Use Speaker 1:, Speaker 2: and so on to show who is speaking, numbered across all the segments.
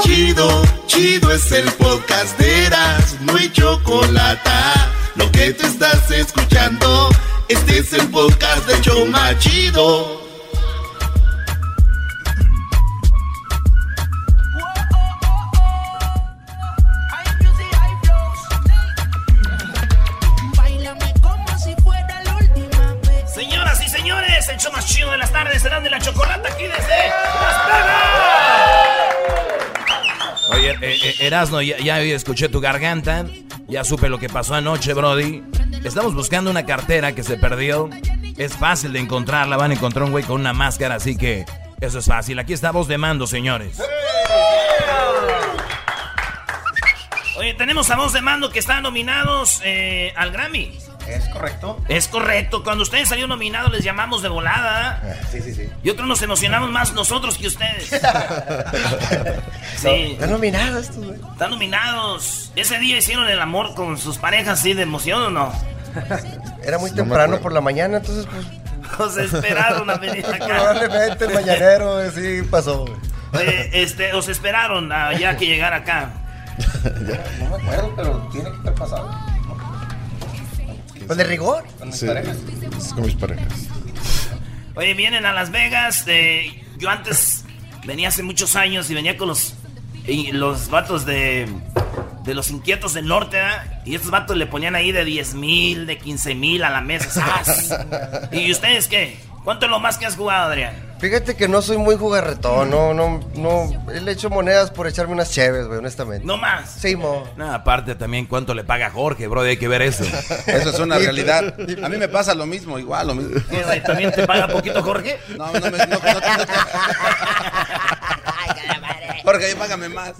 Speaker 1: Chido, chido es el podcast de Eras, no hay chocolate. Lo que te estás escuchando, este es el podcast de Choma Chido.
Speaker 2: Señoras y señores, el show más chido de las tardes será de la chocolata aquí desde Las Vegas.
Speaker 3: Oye, eh, eh, Erasno, ya, ya escuché tu garganta, ya supe lo que pasó anoche, Brody. Estamos buscando una cartera que se perdió. Es fácil de encontrarla, van a encontrar un güey con una máscara, así que eso es fácil. Aquí está voz de mando, señores.
Speaker 2: Oye, tenemos a voz de mando que están nominados eh, al Grammy.
Speaker 4: Es correcto.
Speaker 2: Es correcto. Cuando ustedes salieron nominados les llamamos de volada.
Speaker 4: ¿eh? Sí, sí, sí.
Speaker 2: Y otros nos emocionamos más nosotros que ustedes.
Speaker 4: sí. Están nominados, tú, güey.
Speaker 2: Están nominados. Ese día hicieron el amor con sus parejas, ¿sí? ¿De emoción o no?
Speaker 4: Era muy no temprano por la mañana, entonces pues...
Speaker 2: Nos esperaron a venir acá.
Speaker 4: Probablemente el mañanero, eh, sí, pasó.
Speaker 2: Oye, este, os esperaron ya que llegar acá.
Speaker 4: no me acuerdo, pero tiene que haber pasado. Con de rigor. Con mis sí, parejas.
Speaker 5: Con mis parejas.
Speaker 2: Oye, vienen a Las Vegas. Eh, yo antes venía hace muchos años y venía con los, y los vatos de, de los inquietos del norte. ¿eh? Y estos vatos le ponían ahí de 10 mil, de 15 mil a la mesa. ¡Sas!
Speaker 5: Ah,
Speaker 2: ¿Y ustedes qué? ¿Cuánto es lo más que has jugado, Adrián?
Speaker 4: Fíjate que no soy muy jugarretón, no, no, no. Él le echo monedas por echarme unas chéves, güey, honestamente.
Speaker 2: No más.
Speaker 4: Sí, mo.
Speaker 3: No, aparte también cuánto le paga Jorge, bro, hay que ver eso.
Speaker 5: eso es una realidad. A mí me pasa lo mismo, igual, lo mismo.
Speaker 2: ¿También te paga poquito Jorge?
Speaker 5: No, no me. No, no, Jorge, págame más.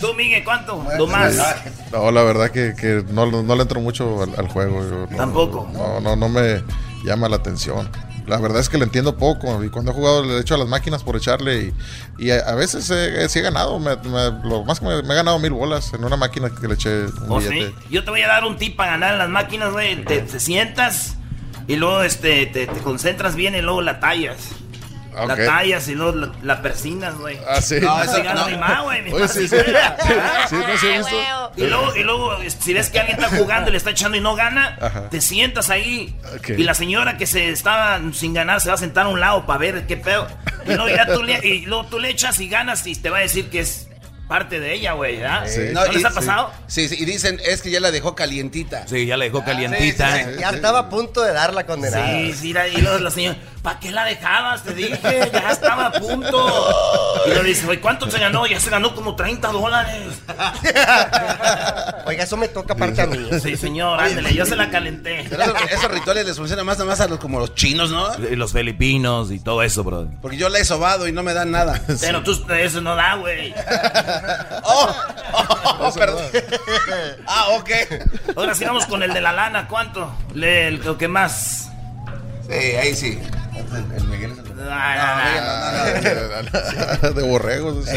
Speaker 2: Tú, Miguel, ¿cuánto? Bueno, lo
Speaker 5: pues,
Speaker 2: más.
Speaker 5: No, la verdad que, que no, no, le entro mucho al, al juego.
Speaker 2: Yo, Tampoco.
Speaker 5: No, no, no me llama la atención. La verdad es que le entiendo poco. Y cuando he jugado, le echo a las máquinas por echarle. Y, y a, a, veces eh, sí he ganado. Me, me, lo más que me, me, he ganado mil bolas en una máquina que le eché un
Speaker 2: oh,
Speaker 5: billete.
Speaker 2: Sí. Yo te voy a dar un tip para ganar en las máquinas, güey. Te, te, sientas y luego este, te, te, concentras bien y luego la tallas. Okay. La tallas y luego la, la persinas, güey.
Speaker 5: Ah, sí.
Speaker 2: No, esa gana no. mi mamá, güey. Mi Oye,
Speaker 5: más sí, sí. sí, no sé
Speaker 2: Ay, y, luego, y luego, este, si ves que alguien está jugando y le está echando y no gana, Ajá. te sientas ahí. Okay. Y la señora que se estaba sin ganar se va a sentar a un lado para ver qué pedo. Y luego, ya tú, le, y luego tú le echas y ganas y te va a decir que es parte de ella, güey, ¿verdad? Sí. ¿No, ¿No les y, ha pasado?
Speaker 5: Sí. sí, sí, y dicen, es que ya la dejó calientita.
Speaker 3: Sí, ya la dejó calientita. Ah, sí,
Speaker 4: ya estaba a punto de dar la condenada.
Speaker 2: Sí, sí, la, y luego la señora, ¿para qué la dejabas? Te dije, ya estaba a punto. Y le dice, güey, ¿cuánto se ganó? Ya se ganó como 30 dólares.
Speaker 4: Oiga, eso me toca aparte a mí.
Speaker 2: Sí, señor, ándale, yo se la calenté.
Speaker 5: Pero eso, esos rituales les funcionan más, más a los como los chinos, ¿no?
Speaker 3: Y los filipinos y todo eso, bro.
Speaker 5: Porque yo la he sobado y no me dan nada.
Speaker 2: Pero tú, eso no da, güey.
Speaker 5: Oh, oh, oh perdón. Ah, ok.
Speaker 2: Ahora sí vamos con el de la lana. ¿Cuánto? Le, el, lo que más.
Speaker 5: Sí, ahí sí. El Miguel es el... No, no, no, de borregos,
Speaker 4: ¿sí?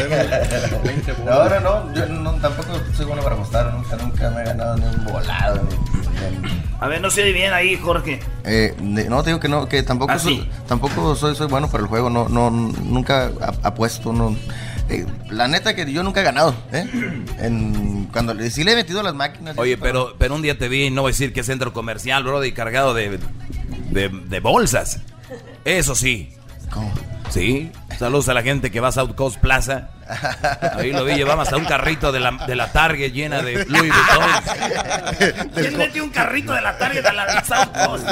Speaker 4: Ahora no, yo no, tampoco soy bueno para apostar, nunca, nunca me he ganado ni un volado. Ni,
Speaker 2: ni... A ver, no se oye bien ahí, Jorge.
Speaker 6: Eh, de, no, te digo que no, que tampoco, ¿Ah, sí? soy, tampoco soy, soy bueno para el juego, no, no, nunca apuesto, no Eh, la neta que yo nunca he ganado, ¿eh? En, cuando sí si le he metido a las máquinas.
Speaker 3: Oye, pero, pero un día te vi, no voy a decir que centro comercial, bro, y cargado de, de, de, bolsas. Eso sí.
Speaker 6: ¿Cómo?
Speaker 3: Sí. Saludos a la gente que va a South Coast Plaza. Ahí lo vi, llevaba hasta un carrito de la, de la Target llena de Louis
Speaker 2: Vuitton. ¿Quién metió un carrito de la Target a la South Coast?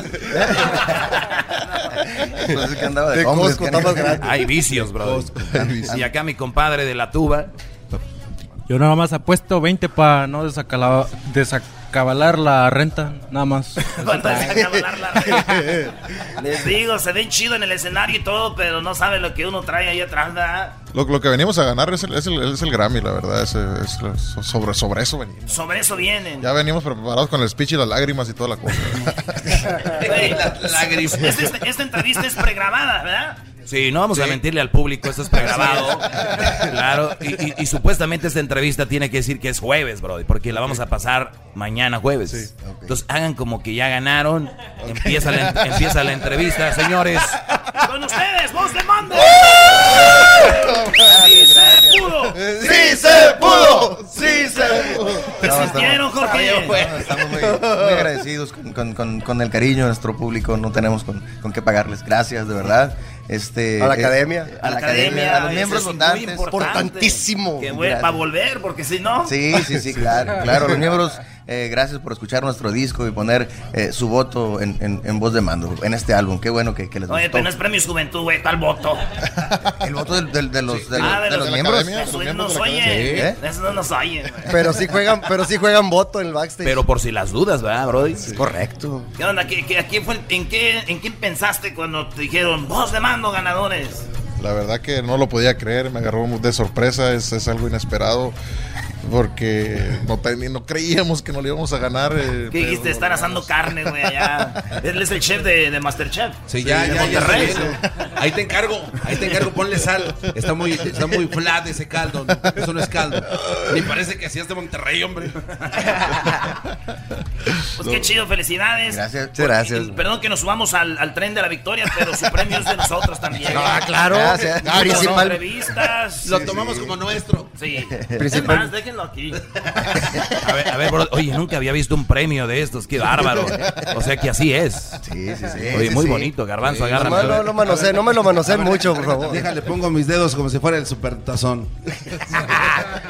Speaker 6: Entonces, ¿qué andaba de, de hombres, Costco,
Speaker 3: que... Hay vicios, bro. Y acá mi compadre de la tuba.
Speaker 7: Yo nada más apuesto 20 para no desacala... desacabalar la renta, nada más.
Speaker 2: desacabalar la renta. Les digo, se ven chido en el escenario y todo, pero no saben lo que uno trae ahí atrás, ¿verdad?
Speaker 5: Lo, lo, que venimos a ganar es el, es el, es el Grammy, la verdad. Es, es, sobre, sobre eso venimos.
Speaker 2: Sobre eso vienen.
Speaker 5: Ya venimos preparados con el speech y las lágrimas y toda la cosa.
Speaker 2: las lágrimas. Esta, esta entrevista es pregrabada, ¿verdad?
Speaker 3: Sí, no vamos sí. a mentirle al público, esto es pregrabado. claro, y, y, y, supuestamente esta entrevista tiene que decir que es jueves, bro, porque la vamos a pasar mañana jueves. Sí, okay. Entonces hagan como que ya ganaron, okay. empieza, la, empieza la entrevista, señores.
Speaker 2: Con ustedes, voz de mando.
Speaker 4: No, pues, estamos muy, muy agradecidos con, con- con- con el cariño de nuestro público. No tenemos con, con qué pagarles. Gracias, de verdad. Este,
Speaker 5: A la
Speaker 4: eh,
Speaker 5: academia.
Speaker 4: a la academia, a los
Speaker 2: eso
Speaker 4: miembros
Speaker 2: es muy
Speaker 4: votantes.
Speaker 5: Importantísimo.
Speaker 2: Que bueno, para volver, porque si no.
Speaker 4: Sí, sí, sí, claro, claro. Los miembros, eh, gracias por escuchar nuestro disco y poner eh, su voto en, en- en voz de mando en este álbum. Qué bueno que, que les gustó.
Speaker 2: Oye, pero no es premio juventud, güey, tal voto.
Speaker 4: El voto del- del- de los, de los-
Speaker 2: Ah,
Speaker 4: de los
Speaker 8: de la
Speaker 4: miembros.
Speaker 8: academia.
Speaker 2: Eso
Speaker 8: los
Speaker 2: no
Speaker 8: miembros
Speaker 2: nos
Speaker 8: de la
Speaker 2: oyen.
Speaker 4: academia.
Speaker 2: ¿Eh? Eso no nos oyen, güey.
Speaker 5: Pero sí juegan, pero sí juegan voto en el backstage.
Speaker 6: Pero por si las dudas, ¿verdad, Brody?
Speaker 5: Correcto.
Speaker 2: ¿Qué onda? ¿Qué, qué, a quién fue, en, qué, ¿En quién pensaste cuando te dijeron voz de mando ganadores?
Speaker 8: La verdad que no lo podía creer, me agarró de sorpresa, es, es algo inesperado, porque no, ten- no creíamos que no le íbamos a ganar. eh,
Speaker 2: ¿Qué
Speaker 8: pero
Speaker 2: dijiste?
Speaker 8: lo
Speaker 2: Estar asando
Speaker 8: ganamos.
Speaker 2: carne, güey, allá. Él es el chef de, de Masterchef.
Speaker 3: Sí, ya,
Speaker 2: de
Speaker 3: ya, ya,
Speaker 2: Monterrey.
Speaker 3: ya. Ahí te encargo, ahí te encargo, ponle sal. Está muy, está muy flat ese caldo. Eso no es caldo. Ni parece que hacías de Monterrey, hombre.
Speaker 2: Pues qué chido, felicidades.
Speaker 4: Gracias, muchas
Speaker 2: Por-
Speaker 4: gracias.
Speaker 2: y- perdón que nos subamos al, al tren de la victoria, pero su premio es de nosotros también.
Speaker 5: Ah, claro.
Speaker 4: Gracias.
Speaker 2: Todas las
Speaker 5: Principal.
Speaker 2: entrevistas.
Speaker 3: Lo tomamos como nuestro.
Speaker 2: Sí.
Speaker 5: Principal-
Speaker 2: Es más, déjenlo aquí.
Speaker 6: A ver, a ver, Brody. Oye, nunca había visto un premio de estos, qué bárbaro. O sea que así es.
Speaker 4: Sí, sí, sí.
Speaker 6: Oye,
Speaker 4: sí,
Speaker 6: muy
Speaker 4: sí.
Speaker 6: bonito, Garbanzo,
Speaker 5: No,
Speaker 6: agárrame.
Speaker 5: no, no manoseen, no me lo manoseen mucho, por favor.
Speaker 3: Déjale, pongo mis dedos como si fuera el supertazón.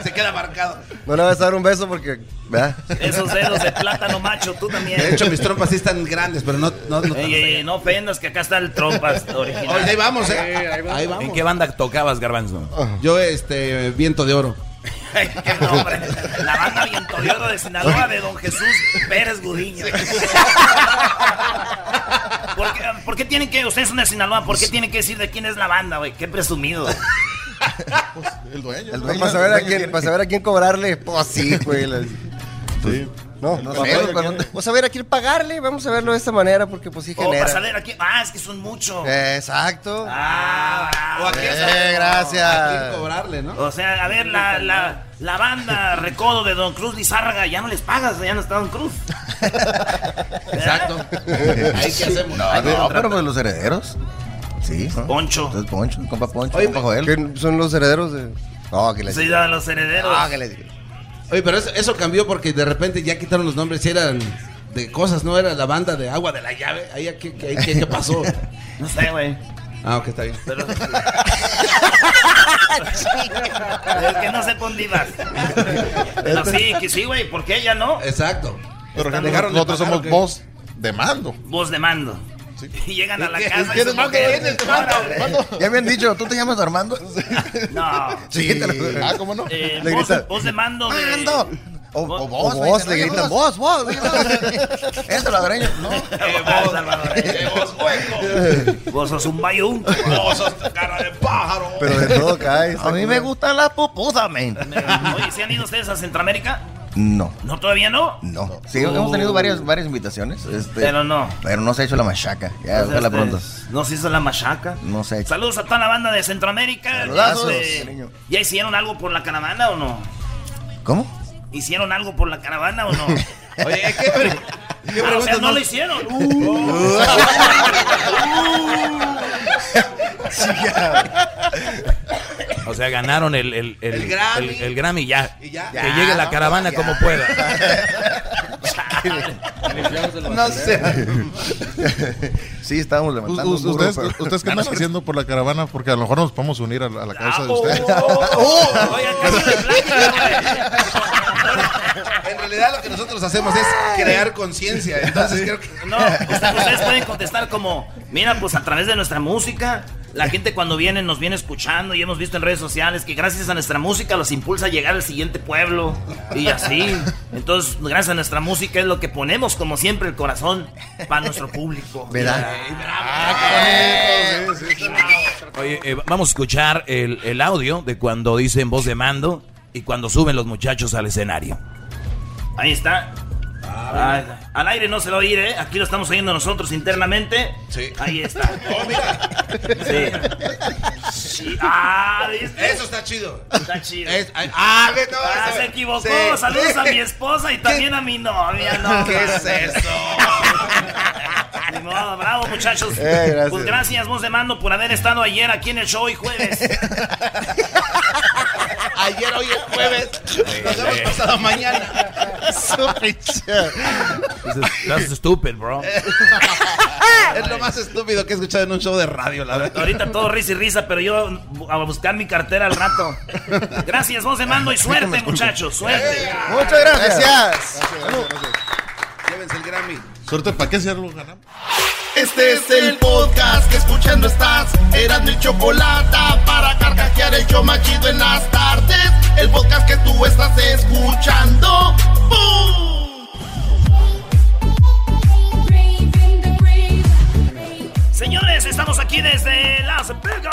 Speaker 3: Se queda marcado.
Speaker 5: No le vas a dar un beso porque.
Speaker 4: ¿Verdad?
Speaker 2: Esos dedos de plátano macho, tú también.
Speaker 3: De hecho, mis trompas sí están grandes, pero no. no, no
Speaker 2: Ey, ey, ey, no ofendas que acá está el trompas
Speaker 3: Oye, ahí
Speaker 2: original.
Speaker 3: vamos, eh. Ahí vamos.
Speaker 6: ¿En qué banda tocabas, Garbanzo?
Speaker 3: Yo, este, viento de oro.
Speaker 2: Qué nombre. La banda Viento de Oro de Sinaloa de Don Jesús Pérez Gudiño. ¿Por qué, por qué tienen que, ustedes son de Sinaloa, por qué tienen que decir de quién es la banda, güey? Qué presumido.
Speaker 8: El dueño.
Speaker 4: El
Speaker 5: Para saber a quién, para saber a quién cobrarle. Pues sí, güey. la-
Speaker 8: Sí.
Speaker 5: No,
Speaker 4: No
Speaker 5: no
Speaker 4: sé, güey, cuando-
Speaker 5: Vamos a ver a quién pagarle, vamos a verlo de esta manera porque pues sí
Speaker 2: O para
Speaker 5: genera.
Speaker 2: saber a quién. Ah, es que son muchos.
Speaker 5: Exacto.
Speaker 2: Ah,
Speaker 3: O
Speaker 2: ah,
Speaker 3: aquí
Speaker 2: eh.
Speaker 5: Eh,
Speaker 3: Hay que
Speaker 5: gracias.
Speaker 3: cobrarle, ¿no?
Speaker 2: O sea, a ver, la, la, la banda Recodo de Don Cruz Lizárraga, ya no les pagas, ya no está Don Cruz.
Speaker 3: Exacto. Ahí que hacemos.
Speaker 4: No, no, pero pues los herederos. Sí. ¿no?
Speaker 2: Poncho.
Speaker 4: Entonces, Poncho, compa Poncho,
Speaker 3: Oye,
Speaker 4: compa Joel.
Speaker 5: Que son los herederos de. Oh,
Speaker 4: No, que les
Speaker 2: Soy de los herederos.
Speaker 4: No, que les
Speaker 3: Oye, pero eso, eso cambió porque de repente ya quitaron los nombres y eran de cosas, ¿no? Era la banda de agua de la llave. Ahí, ¿qué, qué, qué- qué pasó?
Speaker 2: No sé, güey.
Speaker 3: Ah, ok, está bien.
Speaker 2: Pero... es que no sé con divas. Pero sí, que sí, güey, ¿por qué ya no?
Speaker 3: Exacto.
Speaker 8: Pero
Speaker 3: Están-
Speaker 8: ejemplo,
Speaker 3: dejaron de
Speaker 8: nosotros
Speaker 3: pagar,
Speaker 8: somos
Speaker 3: ¿o
Speaker 8: voz de mando.
Speaker 2: Voz de mando. Y llegan a la casa.
Speaker 8: ¿Quieres
Speaker 2: y
Speaker 8: mando? ¿Vienes? ¿Te mando? ¿Mando?
Speaker 4: Ya me han dicho, ¿tú te llamas Armando?
Speaker 2: No.
Speaker 4: Sí, te lo
Speaker 8: Ah, ¿cómo no?
Speaker 2: Eh,
Speaker 5: Le
Speaker 2: voz,
Speaker 5: grita,
Speaker 2: voz de mando. de-
Speaker 4: ¡Mando! O, o
Speaker 5: O
Speaker 4: vos, güey,
Speaker 5: vos,
Speaker 4: te
Speaker 5: le
Speaker 4: llamas
Speaker 5: gritan, vos, vos.
Speaker 4: ¿Eres salvadoreño? No.
Speaker 2: Eh, voz, salvadoreña. Vos sos un bayún.
Speaker 5: Pero de todo cae.
Speaker 4: A mí me gustan las pupusas, men.
Speaker 2: Oye, ¿se han ido ustedes a Centroamérica?
Speaker 4: No.
Speaker 2: No, todavía no.
Speaker 4: No. Sí, hemos tenido varias, varias invitaciones. este,
Speaker 2: Pero no.
Speaker 4: Pero no se ha hecho la machaca. Ya, ojalá
Speaker 2: Este,
Speaker 4: pronto.
Speaker 2: No se hizo la machaca.
Speaker 4: No se ha hecho.
Speaker 2: Saludos a toda la banda de Centroamérica.
Speaker 4: Saludazos,
Speaker 2: Este,
Speaker 4: cariño.
Speaker 2: ¿Ya hicieron algo por la caravana o no?
Speaker 4: ¿Cómo?
Speaker 2: ¿Hicieron algo por la caravana o no?
Speaker 3: Oye, ¿qué, pre- qué
Speaker 2: Ah, o sea,
Speaker 3: preguntas
Speaker 2: no
Speaker 3: más?
Speaker 2: lo hicieron. Uh,
Speaker 6: O sea, ganaron el, el, el,
Speaker 3: El Grammy.
Speaker 6: el- el Grammy ya.
Speaker 3: Y ya.
Speaker 6: Que llegue la caravana como pueda.
Speaker 4: No sé. sí, estábamos levantando.
Speaker 8: U- u-
Speaker 4: un burro,
Speaker 8: ¿Ustedes,
Speaker 4: pero-
Speaker 8: ustedes qué andan haciendo por la caravana? Porque a lo mejor nos podemos unir a la, a la causa de ustedes.
Speaker 2: oigan, casi me platican,
Speaker 3: En realidad lo que nosotros hacemos es crear conciencia. Entonces creo que...
Speaker 2: güey. No, ustedes, ustedes pueden contestar como, mira, pues a través de nuestra música, la gente cuando viene nos viene escuchando y hemos visto en redes sociales que gracias a nuestra música los impulsa a llegar al siguiente pueblo y así. Entonces, gracias a nuestra música es lo que ponemos como siempre el corazón para nuestro público.
Speaker 4: ¿Verdad?
Speaker 6: Oye, eh, vamos a escuchar el, el audio de cuando dicen voz de mando y cuando suben los muchachos al escenario.
Speaker 2: Ahí está.
Speaker 6: Ah,
Speaker 2: Ay, al aire no se va a oír, ¿eh? Aquí lo estamos oyendo nosotros internamente.
Speaker 3: Sí.
Speaker 2: Ahí está. Sí. Sí. Ah, ¿viste?
Speaker 3: Eso está chido.
Speaker 2: Está chido.
Speaker 3: Es- ay- ah, ve, no,
Speaker 2: Ah,
Speaker 3: eso-
Speaker 2: se equivocó.
Speaker 3: Sí.
Speaker 2: Saludos a mi esposa y también a mi novia. No,
Speaker 3: ¿Qué es eso?
Speaker 2: Ni modo. Bravo, muchachos.
Speaker 3: Eh,
Speaker 5: gracias.
Speaker 2: Pues gracias, voz de mando, por haber estado ayer aquí en el show y jueves.
Speaker 3: Ayer, hoy es jueves. Nos hemos pasado mañana.
Speaker 8: Eso, pinche.
Speaker 6: Estás estúpido, bro.
Speaker 3: Es lo más estúpido que he escuchado en un show de radio, la verdad.
Speaker 2: Ahorita todo risa y risa, pero yo a buscar mi cartera al rato. Gracias, voz de mando y suerte, muchachos.
Speaker 3: Eh,
Speaker 2: Suerte.
Speaker 5: Muchas gracias.
Speaker 3: Llévense el Grammy.
Speaker 8: Suerte, ¿para qué hacerlo ganamos?
Speaker 1: Este es el podcast que escuchando estás. Eran mi chocolate para carcajear el yo machido en las tardes. El podcast que tú estás escuchando. ¡Bum!
Speaker 2: Señores, estamos aquí desde Las Vegas.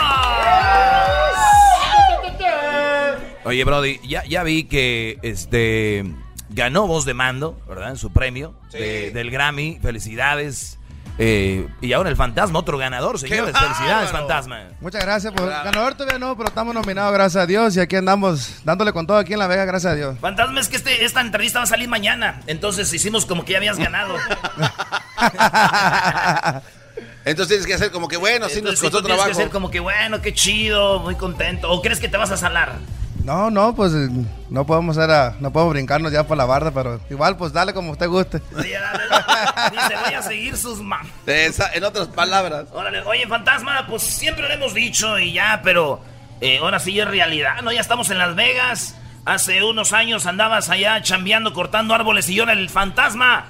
Speaker 6: Oye, Brody, ya, ya vi que este ganó voz de mando, ¿verdad? Su premio de- del Grammy. Felicidades. Eh, y ahora el fantasma, otro ganador, señores. Felicidades,
Speaker 3: bárbaro!
Speaker 6: fantasma.
Speaker 9: Muchas gracias por ganador todavía no, pero estamos nominados, gracias a Dios, y aquí andamos dándole con todo aquí en La Vega, gracias a Dios.
Speaker 2: Fantasma, es que este- esta entrevista va a salir mañana. Entonces hicimos como que ya habías ganado.
Speaker 3: Entonces tienes que hacer como que, bueno, sí nos
Speaker 2: Entonces,
Speaker 3: costó
Speaker 2: tú tienes que
Speaker 3: trabajo.
Speaker 2: ser como que, bueno, qué chido, muy contento. ¿O crees que te vas a salar?
Speaker 9: No, no, pues eh, no podemos ser a- no podemos brincarnos ya por la barda, pero igual pues dale como usted guste.
Speaker 2: Oye, dale, dale. Dice, voy a seguir sus mam.
Speaker 3: Esa- en otras palabras.
Speaker 2: Órale, oye, fantasma, pues siempre lo hemos dicho y ya, pero eh, ahora sí es realidad, ¿no? Ya estamos en Las Vegas. Hace unos años andabas allá chambeando, cortando árboles y ahora el fantasma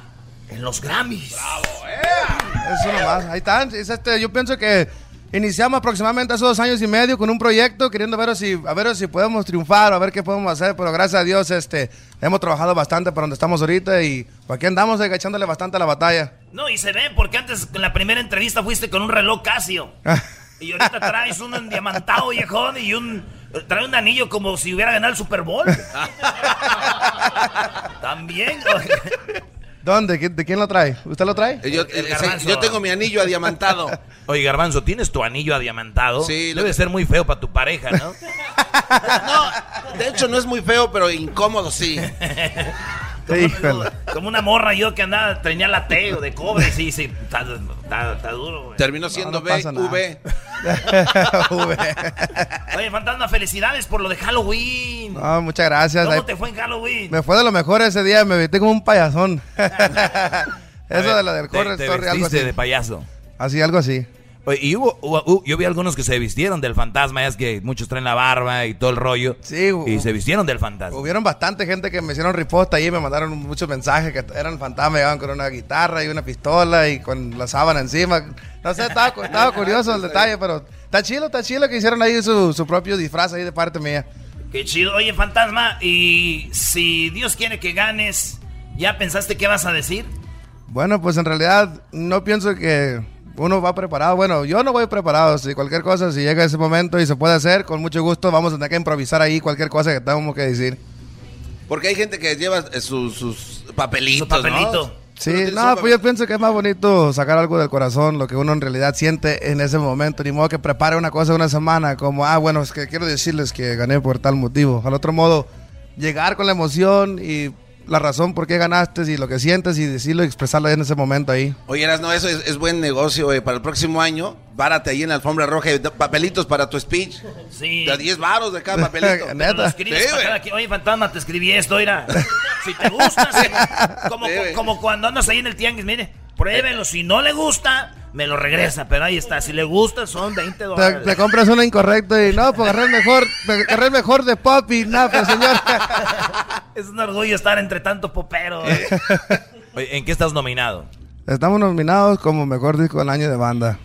Speaker 2: en los Grammys.
Speaker 9: Eso nomás, ahí están. Es este, yo pienso que iniciamos aproximadamente hace dos años y medio con un proyecto queriendo ver si, a ver si podemos triunfar, a ver qué podemos hacer, pero gracias a Dios este, hemos trabajado bastante para donde estamos ahorita y pues, aquí andamos eh, echándole bastante a la batalla.
Speaker 2: No, y se ve, porque antes en la primera entrevista fuiste con un reloj Casio. Y ahorita traes uno endiamantado, viejón, y un. Trae un anillo como si hubiera ganado el Super Bowl. También. güey.
Speaker 9: ¿Dónde? ¿Qui- ¿De quién lo trae? ¿Usted lo trae?
Speaker 3: Eh, Yo,
Speaker 2: El
Speaker 3: eh,
Speaker 2: garbanzo.
Speaker 3: se- yo tengo mi anillo adiamantado.
Speaker 6: Oye, Garbanzo, ¿tienes tu anillo adiamantado?
Speaker 3: Sí, lo
Speaker 6: Debe
Speaker 3: que-
Speaker 6: ser muy feo para tu pareja, ¿no?
Speaker 3: No, de hecho no es muy feo, pero incómodo sí.
Speaker 9: Híjole.
Speaker 2: Como una morra yo que andaba, tenía lateo de cobre, sí, sí. Está, está- está duro, güey.
Speaker 3: Terminó siendo
Speaker 9: no
Speaker 3: B,
Speaker 9: pasa nada.
Speaker 3: V.
Speaker 2: Oye, fantasma, felicidades por lo de Halloween.
Speaker 9: No, Ah, muchas gracias. Ahí-
Speaker 2: ¿Cómo te fue en Halloween?
Speaker 9: Me fue de lo mejor ese día, me vestí como un payasón.
Speaker 6: A
Speaker 9: Eso
Speaker 6: ver,
Speaker 9: de lo del
Speaker 6: te-
Speaker 9: horror
Speaker 6: te
Speaker 9: story, algo
Speaker 6: vestiste
Speaker 9: así.
Speaker 6: de payaso.
Speaker 9: Así, algo así.
Speaker 6: Oye, y hubo, hubo- hubo- yo vi algunos que se vistieron del fantasma, ya es que muchos traen la barba y todo el rollo.
Speaker 9: Sí, hu-
Speaker 6: Y se vistieron del fantasma.
Speaker 9: Hubieron bastante gente que me hicieron riposta ahí, me mandaron muchos mensajes que eran fantasmas, llegaban con una guitarra y una pistola y con la sábana encima. No sé, estaba, cu- estaba curioso el detalle, pero está chido, está chido que hicieron ahí su, su propio disfraz ahí de parte mía.
Speaker 2: Qué chido. Oye, fantasma, y si Dios quiere que ganes, ¿ya pensaste qué vas a decir?
Speaker 9: Bueno, pues en realidad no pienso que uno va preparado. Bueno, yo no voy preparado. Si cualquier cosa, si llega ese momento y se puede hacer, con mucho gusto vamos a tener que improvisar ahí cualquier cosa que tengamos que decir.
Speaker 3: Porque hay gente que lleva eh, sus, sus papelitos,
Speaker 2: Su papelito.
Speaker 3: ¿no? Tú
Speaker 9: Sí,
Speaker 3: tienes
Speaker 9: no,
Speaker 3: un
Speaker 9: pues yo pienso que es más bonito sacar algo del corazón, lo que uno en realidad siente en ese momento. Ni modo que prepare una cosa una semana, como, ah, bueno, es que quiero decirles que gané por tal motivo. Al otro modo, llegar con la emoción y la razón por qué ganaste y lo que sientes y decirlo y expresarlo en ese momento ahí.
Speaker 3: Oye, Eras, no, eso es, es buen negocio, eh. Para el próximo año, párate ahí en la alfombra roja y da papelitos para tu speech.
Speaker 2: Sí.
Speaker 3: De a 10 varos de cada papelito.
Speaker 9: Neta.
Speaker 2: Lo escribes
Speaker 3: Sí,
Speaker 2: para
Speaker 3: güey.
Speaker 2: cada quien. Oye, fantasma, te escribí esto, mira. Si te gusta, sí. como,
Speaker 3: Sí, güey.
Speaker 2: como cuando andas ahí en el tianguis, mire, pruébelo. Si no le gusta, me lo regresa. Pero ahí está. Si le gusta, son 20
Speaker 9: Te,
Speaker 2: dólares.
Speaker 9: te compras uno incorrecto y no, pues agarré el mejor, me- agarré el mejor de pop y nada, pues señor.
Speaker 2: Es un orgullo estar entre tantos poperos.
Speaker 6: Eh, Oye, ¿En qué estás nominado?
Speaker 9: Estamos nominados como mejor disco del año de banda.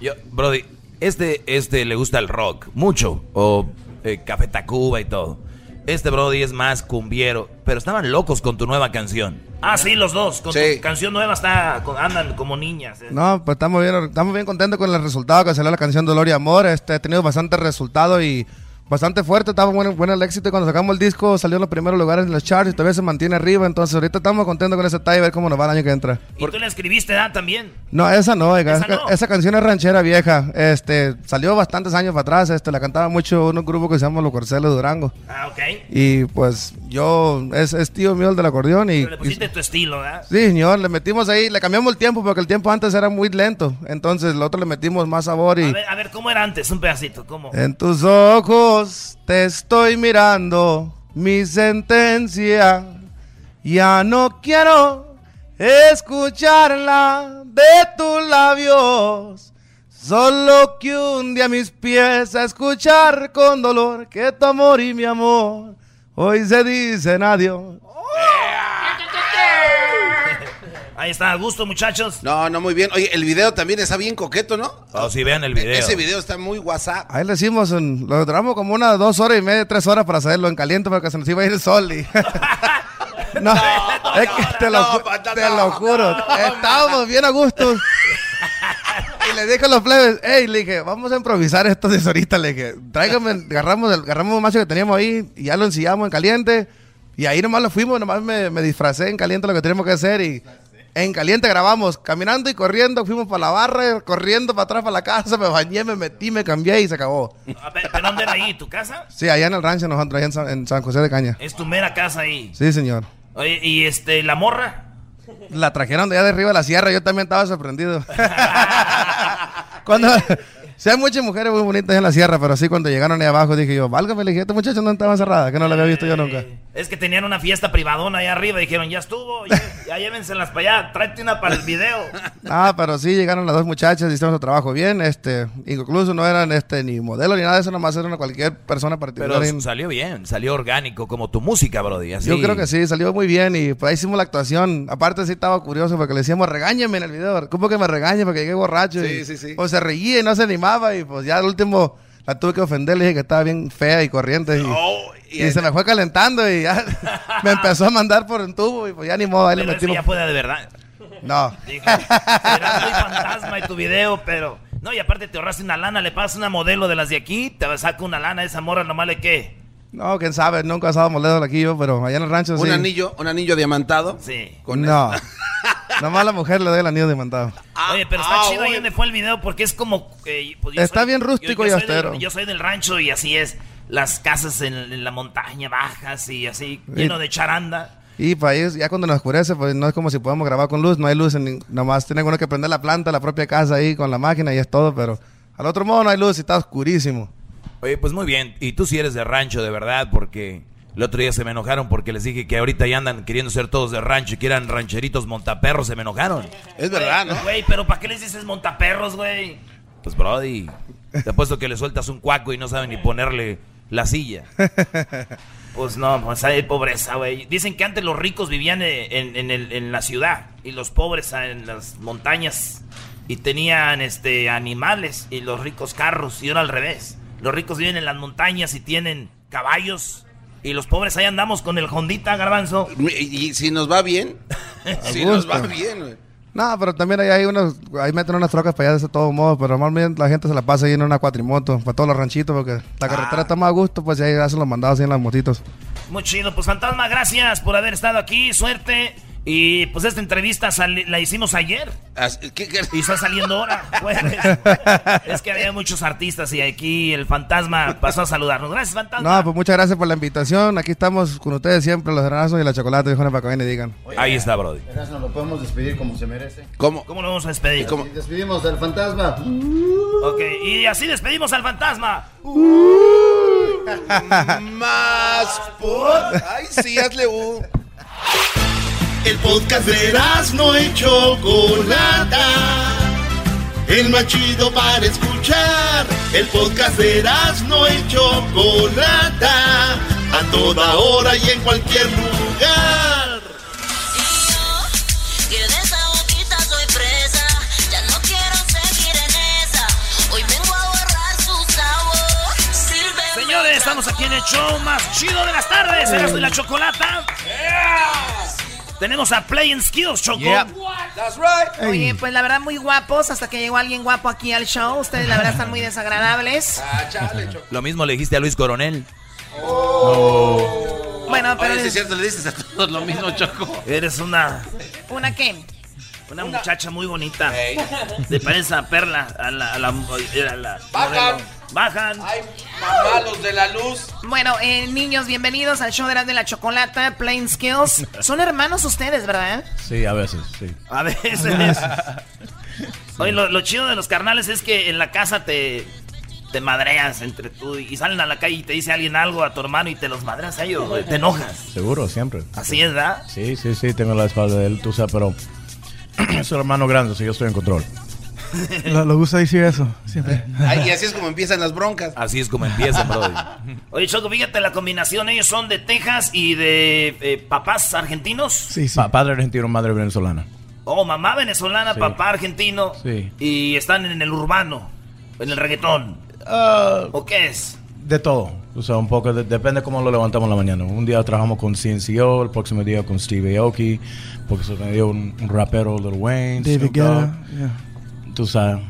Speaker 6: Yo, Brody, este, este le gusta el rock, mucho. O eh, Café Tacuba y todo. Este Brody es más cumbiero, pero estaban locos con tu nueva canción.
Speaker 2: Ah, sí, los dos. Con
Speaker 3: Sí.
Speaker 2: tu canción nueva está, con- andan como niñas. eh.
Speaker 9: No, pues estamos bien, estamos bien contentos con el resultado que salió la canción Dolor y Amor. Este, ha tenido bastante resultado y bastante fuerte. Estaba bueno, bueno el éxito. y Cuando sacamos el disco salió en los primeros lugares en los charts y todavía se mantiene arriba. Entonces ahorita estamos contentos con ese detalle a ver cómo nos va el año que entra.
Speaker 2: Y tú la escribiste, ¿ah? También.
Speaker 9: No, esa no, oiga.
Speaker 2: ¿Esa
Speaker 9: Esa,
Speaker 2: no?
Speaker 9: esa canción es ranchera vieja. Este, salió bastantes años para atrás. Este, la cantaba mucho unos grupos que se llaman Los Corceles de Durango.
Speaker 2: Ah, ok.
Speaker 9: Y pues yo, es, es tío mío el del acordeón y...
Speaker 2: Pero le pusiste tu estilo, ¿ah?
Speaker 9: y- sí, señor, le metimos ahí, le cambiamos el tiempo porque el tiempo antes era muy lento. Entonces, el otro le metimos más sabor
Speaker 2: A
Speaker 9: y...
Speaker 2: ver, a ver, ¿cómo era antes? Un pedacito, ¿cómo?
Speaker 9: En tus ojos te estoy mirando, mi sentencia Ya no quiero escucharla de tus labios. Solo que un día mis pies a escuchar con dolor que tu amor y mi amor hoy se dicen adiós.
Speaker 2: Ahí está, a gusto, muchachos.
Speaker 3: No, no, muy bien. Oye, el video también está bien coqueto, ¿no?
Speaker 6: Oh, sí, vean el
Speaker 3: E-
Speaker 6: video.
Speaker 3: Ese video está muy WhatsApp.
Speaker 9: Ahí lo hicimos, en- lo duramos como unas dos horas y media, tres horas para hacerlo en caliente porque se nos iba a ir el sol. y- no, es que te lo, ju- te lo juro, estábamos bien a gusto. Y le dije a los plebes, hey, le dije, vamos a improvisar esto de ahorita, le dije, tráigame, agarramos el, agarramos un macho que teníamos ahí y ya lo ensillamos en caliente. Y ahí nomás lo fuimos, nomás me, me disfracé en caliente lo que teníamos que hacer y en caliente grabamos, caminando y corriendo, fuimos para la barra, corriendo para atrás para la casa, me bañé, me metí, me cambié y se acabó.
Speaker 2: A ver, ¿Pero dónde era ahí? ¿Tu casa?
Speaker 9: Sí, allá en el rancho nosotros, allá en San, en San José de Caña.
Speaker 2: Es tu mera casa ahí.
Speaker 9: Sí, señor.
Speaker 2: Oye, y este, la morra.
Speaker 9: La trajeron de allá de arriba de la sierra, yo también estaba sorprendido. cuando... Sí, hay muchas mujeres muy bonitas en la sierra, pero sí, cuando llegaron ahí abajo dije yo, válgame, le dije, este muchacho no estaba cerrada, que no la había visto yo nunca.
Speaker 2: Es que tenían una fiesta privadona allá arriba. Dijeron, ya estuvo, ya, ya llévenselas para allá. Tráete una para el video.
Speaker 9: Ah, pero sí, llegaron las dos muchachas, hicieron su trabajo bien, este, incluso no eran este ni modelo ni nada de eso, nomás eran cualquier persona particular.
Speaker 6: Pero
Speaker 9: Y-
Speaker 6: salió bien, salió orgánico, como tu música, Brody. así.
Speaker 9: Yo creo que sí, salió muy bien y por ahí hicimos la actuación. Aparte sí estaba curioso porque le decíamos, regáñame en el video. ¿Cómo que me regañe? Porque llegué borracho.
Speaker 5: Sí,
Speaker 9: y,
Speaker 5: sí, sí.
Speaker 9: Pues se reía y no se animaba y pues ya al último la tuve que ofender. Le dije que estaba bien fea y corriente. Y, y se me fue calentando y ya me empezó a mandar por un tubo y pues ya ni modo. Ahí le
Speaker 2: Pero eso
Speaker 9: metimos.
Speaker 2: ya fue de verdad.
Speaker 9: No.
Speaker 2: Dije, será muy fantasma y tu video, pero... No, y aparte te ahorraste una lana. Le pasas una modelo de las de aquí. Te saco una lana. Esa morra nomás le qué.
Speaker 9: No, quién sabe, nunca he estado molesto aquí yo, pero allá en el rancho
Speaker 3: Un
Speaker 9: sí.
Speaker 3: anillo, un anillo diamantado.
Speaker 2: Sí.
Speaker 9: No. Nomás a la mujer le doy el anillo demandado.
Speaker 6: Ah,
Speaker 2: Oye, pero está chido ahí donde fue el video porque es como... eh, pues yo
Speaker 9: Está bien
Speaker 2: yo-
Speaker 9: rústico
Speaker 2: yo
Speaker 9: y
Speaker 2: soy del-
Speaker 9: austero.
Speaker 2: yo soy del rancho y así es. Las casas en, en la montaña bajas y así,
Speaker 9: Sí.
Speaker 2: lleno de charanda.
Speaker 9: Y país, ya cuando nos oscurece, pues no es como si podamos grabar con luz, no hay luz, en nin- nomás tiene uno que prender la planta, la propia casa ahí con la máquina y es todo, pero al otro modo no hay luz y está oscurísimo.
Speaker 6: Oye, pues muy bien. Y tú sí eres de rancho, de verdad, porque el otro día se me enojaron porque les dije que ahorita ya andan queriendo ser todos de rancho y que eran rancheritos montaperros, se me enojaron.
Speaker 3: Es
Speaker 2: Güey, pero ¿para qué les dices montaperros, güey?
Speaker 6: Pues, Brody, te apuesto que le sueltas un cuaco y no saben ni ponerle la silla.
Speaker 2: Pues no, pues hay pobreza, güey. Dicen que antes los ricos vivían eh, en, en el- en la ciudad y los pobres ah, en las montañas y tenían este animales y los ricos carros y ahora al revés. Los ricos viven en las montañas y tienen caballos y los pobres ahí andamos con el Hondita garbanzo.
Speaker 3: Y, y si nos va bien, si nos va
Speaker 9: gusto.
Speaker 3: bien, güey.
Speaker 9: No, pero también ahí hay unos, ahí meten unas trocas para allá de todo modo, pero normalmente la gente se la pasa ahí en una cuatrimoto, para todos los ranchitos, porque la carretera está más a gusto, pues y ahí hacen los mandados ahí en las motitos.
Speaker 2: Muy chido, pues Fantasma, gracias por haber estado aquí, suerte. Y pues esta entrevista sali- la hicimos ayer. Y está saliendo ahora. jueves. es que había muchos artistas y aquí el fantasma pasó a saludarnos. Gracias, fantasma.
Speaker 9: No, pues muchas gracias por la invitación, aquí estamos con ustedes siempre, los granazos y la chocolate, viejones, para que vengan y digan.
Speaker 6: Ahí está, Brody.
Speaker 10: Erasmo, lo podemos despedir como se merece.
Speaker 3: ¿Cómo?
Speaker 2: ¿Cómo lo vamos a despedir?
Speaker 10: Y despedimos al fantasma.
Speaker 2: Ok, y así despedimos al fantasma.
Speaker 3: Más por. Ay, sí, hazle un.
Speaker 1: El podcast de no y Chocolata. El más chido para escuchar. El podcast de no y Chocolata. A toda hora y en cualquier lugar.
Speaker 11: Que de esa boquita soy presa, ya no quiero seguir en esa. Hoy vengo a borrar su sabor. Sírveme
Speaker 2: Señores, estamos aquí en el show más chido de las tardes. Erasmo y la chocolata. Tenemos a Play and Skills, Choco.
Speaker 12: Yeah.
Speaker 13: Oye, pues la verdad muy guapos hasta que llegó alguien guapo aquí al show. Ustedes la verdad están muy desagradables.
Speaker 3: Ah,
Speaker 6: Lo mismo le dijiste a Luis Coronel.
Speaker 13: Bueno, pero
Speaker 3: Oh. Oye, sí es cierto, le dices a todos lo mismo, Choco.
Speaker 2: Eres una,
Speaker 13: ¿una qué?
Speaker 2: una muchacha muy bonita. Te parece a Perla, a la... A la, a la-
Speaker 3: Bajan.
Speaker 2: Bajan.
Speaker 3: Ay, mamalos de la luz.
Speaker 13: Bueno, eh, niños, bienvenidos al show de las de la chocolata, Plain Skills. Son hermanos ustedes, ¿verdad?
Speaker 12: Sí, a veces, sí.
Speaker 2: A veces. Oye, lo, lo chido de los carnales es que en la casa te, te madreas entre tú y salen a la calle y te dice alguien algo a tu hermano y te los madreas a ellos, güey, te enojas.
Speaker 12: Seguro, siempre.
Speaker 2: Así es, ¿verdad?
Speaker 12: Sí, sí, sí, tengo la espalda de él, tú sabes, pero es el hermano grande, así yo estoy en control.
Speaker 9: Lo, lo gusta decir eso, siempre.
Speaker 3: Ay, y así es como empiezan las broncas.
Speaker 6: Así es como empiezan, brody.
Speaker 2: Oye, Choco, fíjate la combinación, ellos son de Texas y de eh, papás argentinos.
Speaker 12: Sí, sí. padre argentino, madre venezolana.
Speaker 2: Oh, mamá venezolana,
Speaker 12: Sí.
Speaker 2: papá argentino.
Speaker 12: Sí.
Speaker 2: Y están en el urbano, en el reggaetón.
Speaker 6: Ah.
Speaker 2: ¿O qué es?
Speaker 12: De todo. O sea, un poco, de- depende cómo lo levantamos en la mañana. Un día trabajamos con CNCO, el próximo día con Steve Aoki, porque se me dio un, un rapero Lil Wayne,
Speaker 9: David
Speaker 12: Snoop Dogg,
Speaker 9: Guetta, yeah.
Speaker 12: tú sabes.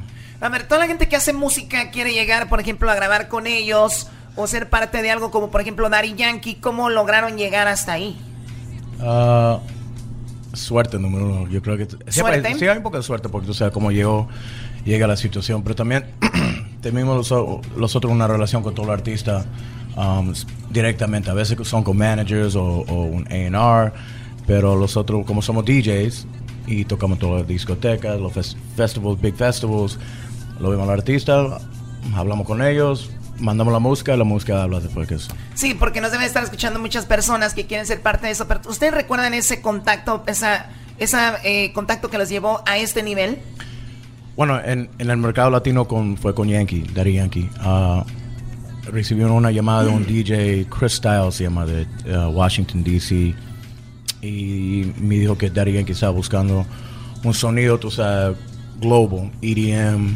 Speaker 13: A ver, toda la gente que hace música quiere llegar, por ejemplo, a grabar con ellos o ser parte de algo como, por ejemplo, Daddy Yankee. ¿Cómo lograron llegar hasta ahí?
Speaker 12: Ah, suerte número uno. Yo creo que siempre-
Speaker 13: ¿Suerte?
Speaker 12: sí hay un poco de suerte porque tú sabes cómo llegó, llega la situación, pero también tenemos los- nosotros una relación con todo el artista um, s- directamente. A veces son con managers o, o un A&R, pero nosotros como somos DJs y tocamos todas las discotecas, los fes- festivals, big festivals, lo vemos al artista, hablamos con ellos, mandamos la música, la música habla después que eso.
Speaker 13: Sí, porque nos deben estar escuchando muchas personas que quieren ser parte de eso. Pero ¿ustedes recuerdan ese contacto, esa, esa eh, contacto que los llevó a este nivel?
Speaker 12: Bueno, en, en el mercado latino con, fue con Yankee, Daddy Yankee. Ah, recibieron una llamada
Speaker 9: Mm.
Speaker 12: de un DJ, Chris Styles se llama, de ah, Washington, D.C. Y me dijo que Daddy Yankee estaba buscando un sonido, tú sabes, global, EDM.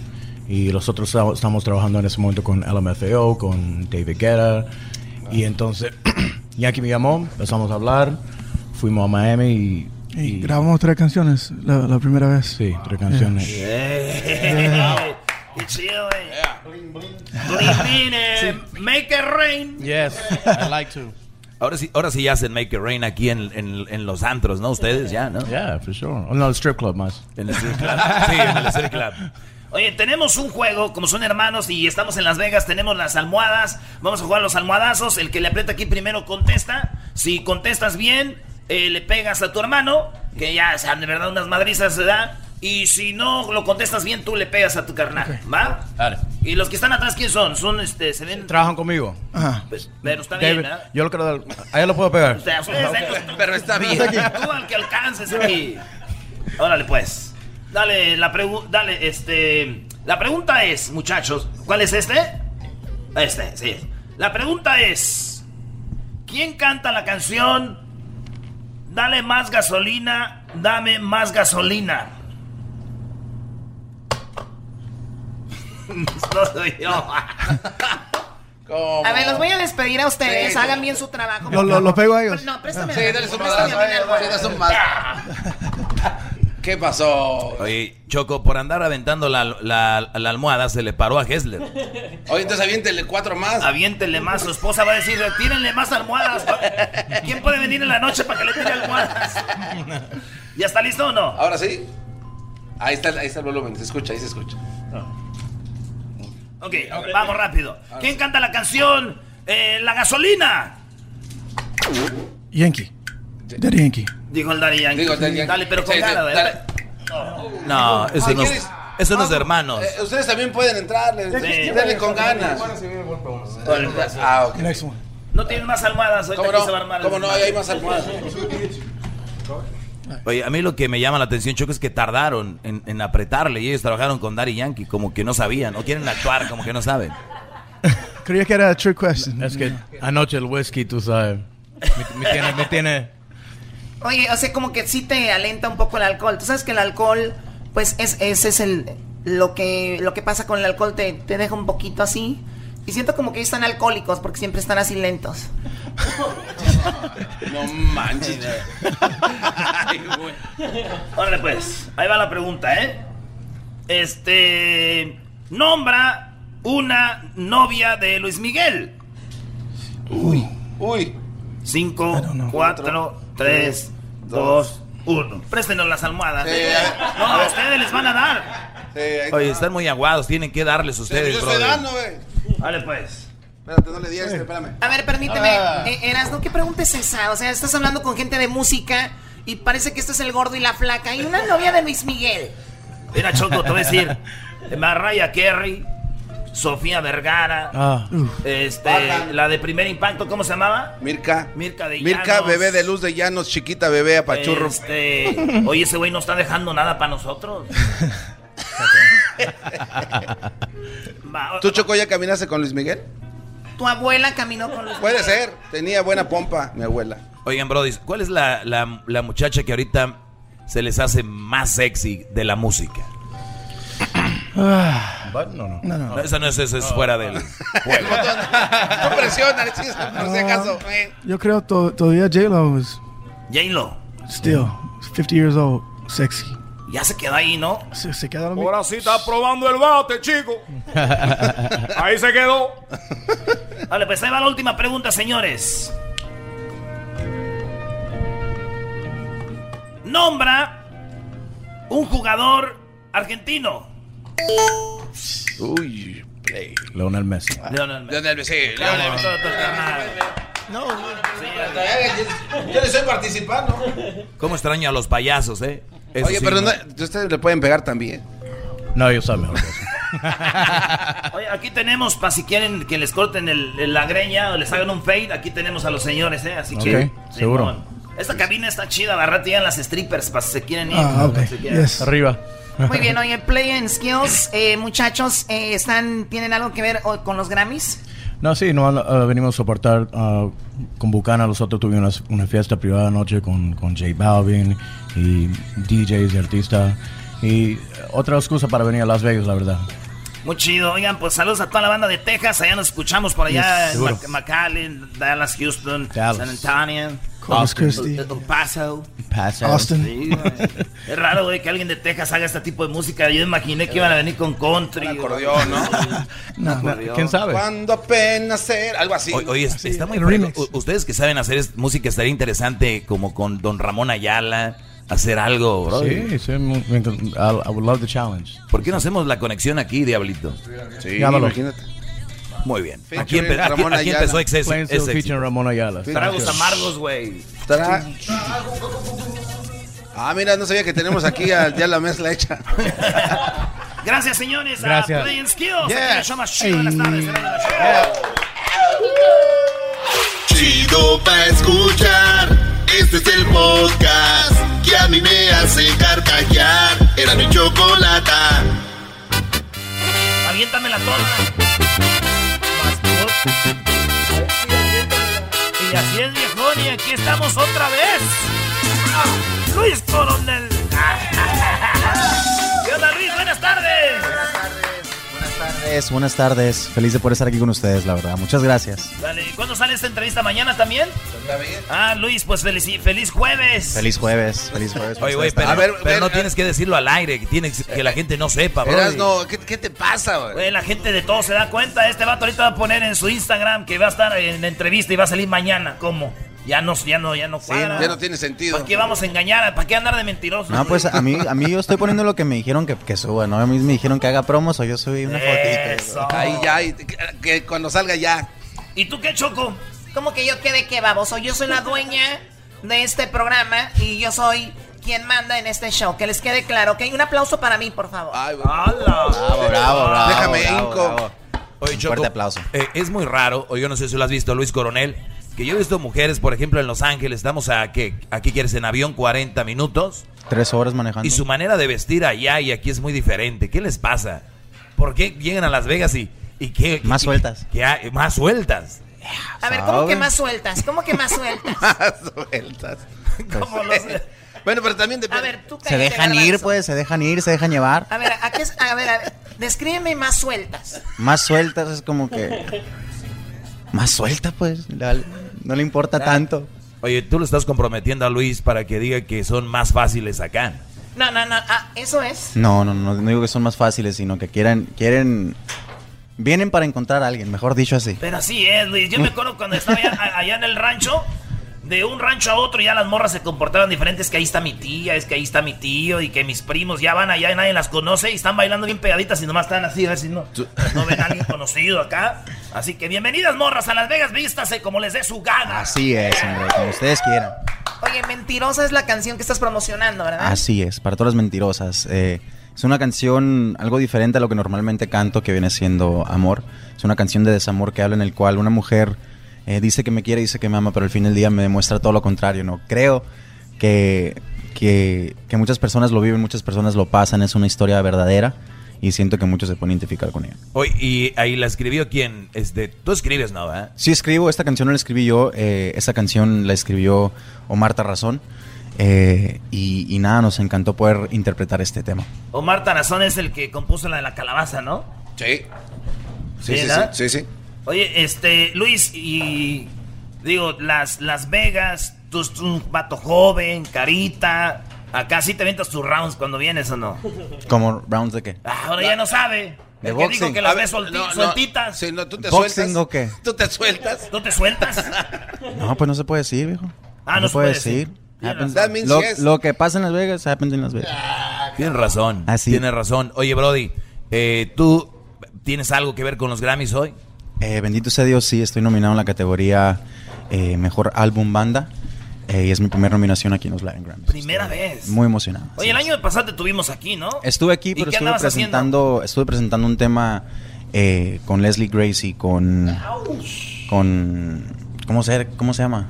Speaker 12: Y nosotros esta- estamos trabajando en ese momento con LMFAO, con David Guetta. Y entonces Yankee me llamó, empezamos a hablar, fuimos a Miami y...
Speaker 9: Y grabamos tres canciones la, la primera vez.
Speaker 12: Sí, tres canciones.
Speaker 2: Eh, ¡Qué chido, güey! Bling, bling, eh, Make it rain.
Speaker 12: Yes, I like to.
Speaker 6: Ahora sí, ahora sí ya hacen Make It Rain aquí en, en- en los antros, ¿no? Ustedes ya, ¿no?
Speaker 12: Yeah, for sure. Oh, no, el strip club más.
Speaker 6: En el strip club. Sí, en el strip club.
Speaker 2: Oye, tenemos un juego, como son hermanos y estamos en Las Vegas, tenemos las almohadas, vamos a jugar los almohadazos, el que le aprieta aquí primero contesta, si contestas bien, eh, le pegas a tu hermano, que ya, o sea, de verdad unas madrizas se da, y si no lo contestas bien, tú le pegas a tu carnal, ¿va? Y los que están atrás, ¿quién son? Son, este, se ven...
Speaker 12: Trabajan conmigo.
Speaker 2: Pues, pero está
Speaker 12: David,
Speaker 2: bien, ¿verdad?
Speaker 12: yo lo quiero dar. A él lo puedo pegar.
Speaker 2: O sea, ustedes
Speaker 3: Pero está bien.
Speaker 2: Tú al que alcances aquí. Órale, pues. Dale, la pregu- dale, este. La pregunta es, muchachos, ¿cuál es este? Este, sí. La pregunta es: ¿Quién canta la canción Dale más gasolina, dame más gasolina? no soy yo.
Speaker 13: A ver, los voy a despedir a ustedes. Hagan bien su trabajo.
Speaker 9: Lo- lo- lo pego a ellos.
Speaker 13: No, préstame.
Speaker 3: Sí,
Speaker 13: la-
Speaker 3: dale su madrazo,
Speaker 13: préstame a mí la
Speaker 3: dale,
Speaker 13: almohada.
Speaker 3: dale su madrazo. ¿Qué pasó?
Speaker 6: Oye, Choco, por andar aventando la, la- la almohada se le paró a Hessler.
Speaker 3: Oye, entonces aviéntele cuatro más.
Speaker 2: Aviéntele más. Su esposa va a decir, tírenle más almohadas. ¿Quién puede venir en la noche para que le tire almohadas? ¿Ya está listo o no?
Speaker 3: Ahora sí. Ahí está, ahí está el volumen, se escucha, ahí se escucha.
Speaker 2: Ok, vamos rápido. ¿Quién canta la canción eh, La gasolina?
Speaker 9: Yankee. Daddy Yankee.
Speaker 2: Dijo el Daddy Yankee.
Speaker 3: Digo, Daddy Yankee.
Speaker 2: Dale, pero con
Speaker 3: Sí, sí,
Speaker 2: ganas,
Speaker 3: dale.
Speaker 2: ¿verdad?
Speaker 6: No, eso
Speaker 3: Ay,
Speaker 6: no es,
Speaker 3: ¿quieres?
Speaker 6: eso no es de hermanos.
Speaker 3: Eh, ustedes también pueden entrarle.
Speaker 2: Sí.
Speaker 3: Denle con ganas. Ah, ok.
Speaker 2: No tienen más almohadas. Ahorita
Speaker 3: ¿Cómo no?
Speaker 2: aquí se va a armar el
Speaker 3: ¿Cómo no? Ahí hay más
Speaker 2: desmadre.
Speaker 3: almohadas.
Speaker 6: Oye, a mí lo que me llama la atención, Choco, es que tardaron en, en apretarle y ellos trabajaron con Daddy Yankee como que no sabían, o quieren actuar como que no saben.
Speaker 9: Creía que era trick question.
Speaker 12: Es que anoche el whisky, tú sabes. Me, me tiene, me tiene.
Speaker 13: Oye, o sea, como que sí te alenta un poco el alcohol. Tú sabes que el alcohol, pues es, ese es el lo que lo que pasa con el alcohol te, te deja un poquito así. Y siento como que ellos están alcohólicos porque siempre están así lentos.
Speaker 3: No manches. Ay, güey.
Speaker 2: Órale, pues. Ahí va la pregunta, ¿eh? Este. Nombra una novia de Luis Miguel.
Speaker 3: Uy. Uy.
Speaker 2: Cinco, cuatro, tres, dos, uno. Préstenos las almohadas. ¿eh? no, a ustedes les van a dar. pues
Speaker 6: Oye, están muy aguados, tienen que darles ustedes,
Speaker 3: Yo
Speaker 6: brother.
Speaker 3: estoy dando, güey.
Speaker 2: Vale, pues.
Speaker 3: Espérate, no le di a este, espérame.
Speaker 13: A ver, permíteme,
Speaker 3: Ah.
Speaker 13: eh, Eras, no que preguntes esa. O sea, estás hablando con gente de música y parece que este es el gordo y la flaca. Y una novia de Luis Miguel.
Speaker 2: Mira, Choco, te voy a decir. Mariah Carey, Sofía Vergara.
Speaker 12: Ah.
Speaker 2: Este, la de primer impacto, ¿cómo se llamaba?
Speaker 3: Mirka.
Speaker 2: Mirka de
Speaker 3: Mirka,
Speaker 2: Llanos.
Speaker 3: bebé de luz de llanos, chiquita bebé apachurro.
Speaker 2: Este, oye, ese güey no está dejando nada para nosotros. Va, o-
Speaker 3: ¿Tú, Choco, ya caminaste con Luis Miguel?
Speaker 13: Tu abuela caminó con los.
Speaker 3: Puede ser, tenía buena pompa, mi abuela.
Speaker 6: Oigan, Brody, ¿cuál es la, la- la muchacha que ahorita se les hace más sexy de la música?
Speaker 12: no, Ah. no.
Speaker 6: No, esa no es, esa es fuera del juego.
Speaker 3: No presiona, Alexis, por si acaso.
Speaker 14: Yo creo to- todavía J-Lo is
Speaker 2: J-Lo.
Speaker 14: still 50 years old, sexy.
Speaker 2: Ya se quedó ahí, ¿no?
Speaker 14: Se, se queda dormido.
Speaker 15: Ahora sí está probando el bate, chico. Ahí se quedó.
Speaker 2: Vale, pues ahí va la última pregunta, señores. Nombra un jugador argentino.
Speaker 3: Uy, play.
Speaker 12: Leonel Messi.
Speaker 2: Leonel Messi.
Speaker 3: Leonel Messi.
Speaker 2: Leonel Messi.
Speaker 3: No, yo le estoy participando.
Speaker 6: ¿Cómo extraño a los payasos, eh? Eso
Speaker 3: Oye,
Speaker 6: sí,
Speaker 3: pero
Speaker 6: ¿no?
Speaker 3: no- ustedes le pueden pegar también.
Speaker 12: No, ellos saben mejor.
Speaker 2: Oye, aquí tenemos, para si quieren que les corten el- el- la greña o les hagan un fade, aquí tenemos a los señores, ¿eh? Así
Speaker 12: Ok,
Speaker 2: que.
Speaker 12: seguro.
Speaker 2: Simón. Esta cabina está chida, barra tiran las strippers, para si se quieren ir.
Speaker 12: Ah, ok.
Speaker 2: pa' si quieren.
Speaker 12: Arriba.
Speaker 13: Muy bien, oye, Play and Skills, eh, muchachos, eh, están, ¿tienen algo que ver o- con los Grammys?
Speaker 12: No, sí, no, ah, venimos a soportar ah, con Bucana. Nosotros tuvimos una, una fiesta privada anoche con, con J Balvin y DJs y artistas. Y otra excusa para venir a Las Vegas, la verdad.
Speaker 2: Muy chido. Oigan, pues saludos a toda la banda de Texas. Allá nos escuchamos por allá
Speaker 12: Yes,
Speaker 2: en
Speaker 12: seguro.
Speaker 2: Mac- McAllen, Dallas, Houston,
Speaker 12: Dallas.
Speaker 2: San Antonio,
Speaker 14: Corpus
Speaker 2: Austin,
Speaker 14: Christi.
Speaker 2: El El Paso.
Speaker 12: Paso.
Speaker 14: Austin.
Speaker 2: Sí, güey. es raro, güey, que alguien de Texas haga este tipo de música. Yo imaginé que iban a venir con country. acordeón,
Speaker 3: ¿no?
Speaker 6: ¿Quién sabe?
Speaker 3: Cuando apenas era. Algo así.
Speaker 6: O- Oye, está muy fregón. U- Ustedes que saben hacer es- música estaría interesante como con Don Ramón Ayala, hacer algo, bro.
Speaker 12: Sí, sí, me- me encanta- I, I would love the challenge.
Speaker 6: ¿Por qué no hacemos la conexión aquí, Diablito?
Speaker 12: Sí, Llámalo. imagínate.
Speaker 6: Muy bien.
Speaker 12: Featuring
Speaker 6: Aquí, empe- aquí-
Speaker 12: Ramón
Speaker 6: aquí
Speaker 12: Ayala.
Speaker 6: empezó Ex- Ex-
Speaker 12: Plainfield
Speaker 6: Ex- Ex-
Speaker 12: featuring Ramón Ayala.
Speaker 2: Tragos amargos, güey.
Speaker 3: Ah, mira, no sabía que tenemos aquí a- ya la mezcla hecha.
Speaker 2: Gracias, señores.
Speaker 3: Gracias.
Speaker 2: A Play and este Skills.
Speaker 3: Yes.
Speaker 2: Aquí en el show más chido de las tardes. en el show.
Speaker 1: Chido pa' escuchar. Este es el podcast que a mí me hace carcajear. Era mi chocolate.
Speaker 2: Aviéntame la torta. Y así es, viejón, y aquí estamos otra vez. Ah, Luis Coronel. ¿Qué onda, Luis? Buenas tardes.
Speaker 7: tardes, buenas tardes. Feliz de poder estar aquí con ustedes, la verdad. Muchas gracias.
Speaker 2: Dale, ¿y ¿cuándo sale esta entrevista? ¿Mañana también?
Speaker 6: Pues
Speaker 2: Ah, Luis, pues feliz, feliz jueves.
Speaker 7: Feliz jueves, feliz jueves.
Speaker 6: Oye, güey, pero, pero no tienes que decirlo al aire, que, tienes, que la gente no sepa, bro.
Speaker 3: no, ¿qué, qué te pasa, güey?
Speaker 2: Güey, la gente de todo se da cuenta. Este vato ahorita va a poner en su Instagram que va a estar en entrevista y va a salir mañana. ¿Cómo? Ya no, ya no, ya no cuadra.
Speaker 3: ya no tiene sentido.
Speaker 2: ¿Para qué vamos a engañar? ¿Para qué andar de mentiroso?
Speaker 7: No, pues a mí, a mí yo estoy poniendo lo que me dijeron que, que suba, ¿no? A mí me dijeron que haga promos o yo subí una
Speaker 2: Eso.
Speaker 3: Ahí ya, y- que, que cuando salga ya.
Speaker 2: ¿Y tú qué, Choco?
Speaker 13: Como que yo quede que baboso, yo soy la dueña de este programa y yo soy quien manda en este show, que les quede claro, ¿ok? Un aplauso para mí, por favor.
Speaker 7: Bravo, bravo, bravo. bravo, bravo.
Speaker 6: Oye, Choco,
Speaker 7: fuerte aplauso.
Speaker 6: eh, es muy raro, o yo no sé si lo has visto, Luis Coronel, que yo he visto mujeres, por ejemplo, en Los Ángeles, estamos a, ¿qué? Aquí quieres en avión 40 minutos,
Speaker 7: Tres horas manejando.
Speaker 6: y su manera de vestir allá y aquí es muy diferente. ¿Qué les pasa? ¿Por qué llegan a Las Vegas y, y qué? Más sueltas. más sueltas.
Speaker 13: A ver, ¿cómo que más sueltas? ¿Cómo que más sueltas?
Speaker 3: Sueltas. Bueno, pero también depende.
Speaker 13: A ver, tú
Speaker 7: Se dejan ir, pues, se dejan ir, se dejan llevar.
Speaker 13: A ver, ¿a qué es- a ver, a ver, descríbeme más sueltas.
Speaker 7: Más sueltas es como que. Más suelta, pues. le vale- No le importa tanto.
Speaker 6: Oye, tú lo estás comprometiendo a Luis para que diga que son más fáciles acá.
Speaker 13: No, no, no, ah, eso es.
Speaker 7: No, no, no, no digo que son más fáciles, sino que quieren, quieren, vienen para encontrar a alguien, mejor dicho así.
Speaker 2: Pero así es, Luis. Yo me acuerdo cuando estaba allá, a- allá en el rancho, de un rancho a otro, ya las morras se comportaban diferentes. Que ahí está mi tía, es que ahí está mi tío, y que mis primos ya van allá y nadie las conoce y están bailando bien pegaditas y nomás están así, a ver si no, pues, no ven a alguien conocido acá. Así que bienvenidas, morras, a Las Vegas, vístase como les dé su gana.
Speaker 7: Así es, hombre, como ustedes quieran.
Speaker 13: Oye, mentirosa es la canción que estás promocionando, ¿verdad?
Speaker 7: Así es, para todas las mentirosas. eh, Es una canción algo diferente a lo que normalmente canto, que viene siendo amor. Es una canción de desamor que habla en el cual una mujer eh, dice que me quiere, dice que me ama, pero al fin del día me demuestra todo lo contrario, ¿no? Creo que, que, que muchas personas lo viven, muchas personas lo pasan, es una historia verdadera y siento que muchos se pueden identificar con ella.
Speaker 6: Oye, y ahí la escribió quién? Este, tú escribes, ¿no? verdad?
Speaker 7: Sí escribo, esta canción no la escribí yo, eh, esta canción la escribió Omar Tarrazón eh, y, y nada, nos encantó poder interpretar este tema.
Speaker 2: Omar Tarazón es el que compuso la de la calabaza, ¿no?
Speaker 3: Sí.
Speaker 2: Sí, sí, ¿Ah?
Speaker 3: ¿ah?
Speaker 2: sí, Oye, este, Luis, y digo, Las, las Vegas, tú eres un vato joven, carita. Acá sí te ventas tus rounds cuando vienes o no.
Speaker 7: ¿Como rounds de qué?
Speaker 2: Ahora ya no sabe.
Speaker 7: De
Speaker 2: El que
Speaker 7: boxing.
Speaker 2: dijo que las
Speaker 7: A ver,
Speaker 2: ves solti-
Speaker 7: no, no.
Speaker 2: sueltitas.
Speaker 3: Sí, no, tú te
Speaker 7: ¿Boxing
Speaker 3: sueltas.
Speaker 7: o qué?
Speaker 3: ¿Tú te sueltas?
Speaker 2: ¿Tú te sueltas?
Speaker 7: No, pues no se puede decir, viejo.
Speaker 2: Ah, no se puede decir. Tienes razón.
Speaker 7: Happens-
Speaker 2: That means
Speaker 7: Lo,
Speaker 2: yes.
Speaker 7: lo que pasa en Las Vegas, happens en Las Vegas.
Speaker 6: Tienes razón.
Speaker 7: Ah,
Speaker 6: Así. Tienes razón. Oye, Brody, eh, ¿tú tienes algo que ver con los Grammys hoy?
Speaker 7: Eh, bendito sea Dios, sí, estoy nominado en la categoría eh, Mejor Álbum Banda eh, y es mi primera nominación aquí en los Latin Grammys.
Speaker 2: Primera vez.
Speaker 7: Muy emocionado.
Speaker 2: Oye, el año pasado te tuvimos aquí, ¿no?
Speaker 7: Estuve aquí,
Speaker 2: ¿Y
Speaker 7: pero
Speaker 2: qué
Speaker 7: estuve
Speaker 2: andabas haciendo?
Speaker 7: presentando, estuve presentando un tema eh, con Leslie Grace y con, con ¿cómo se, cómo se llama?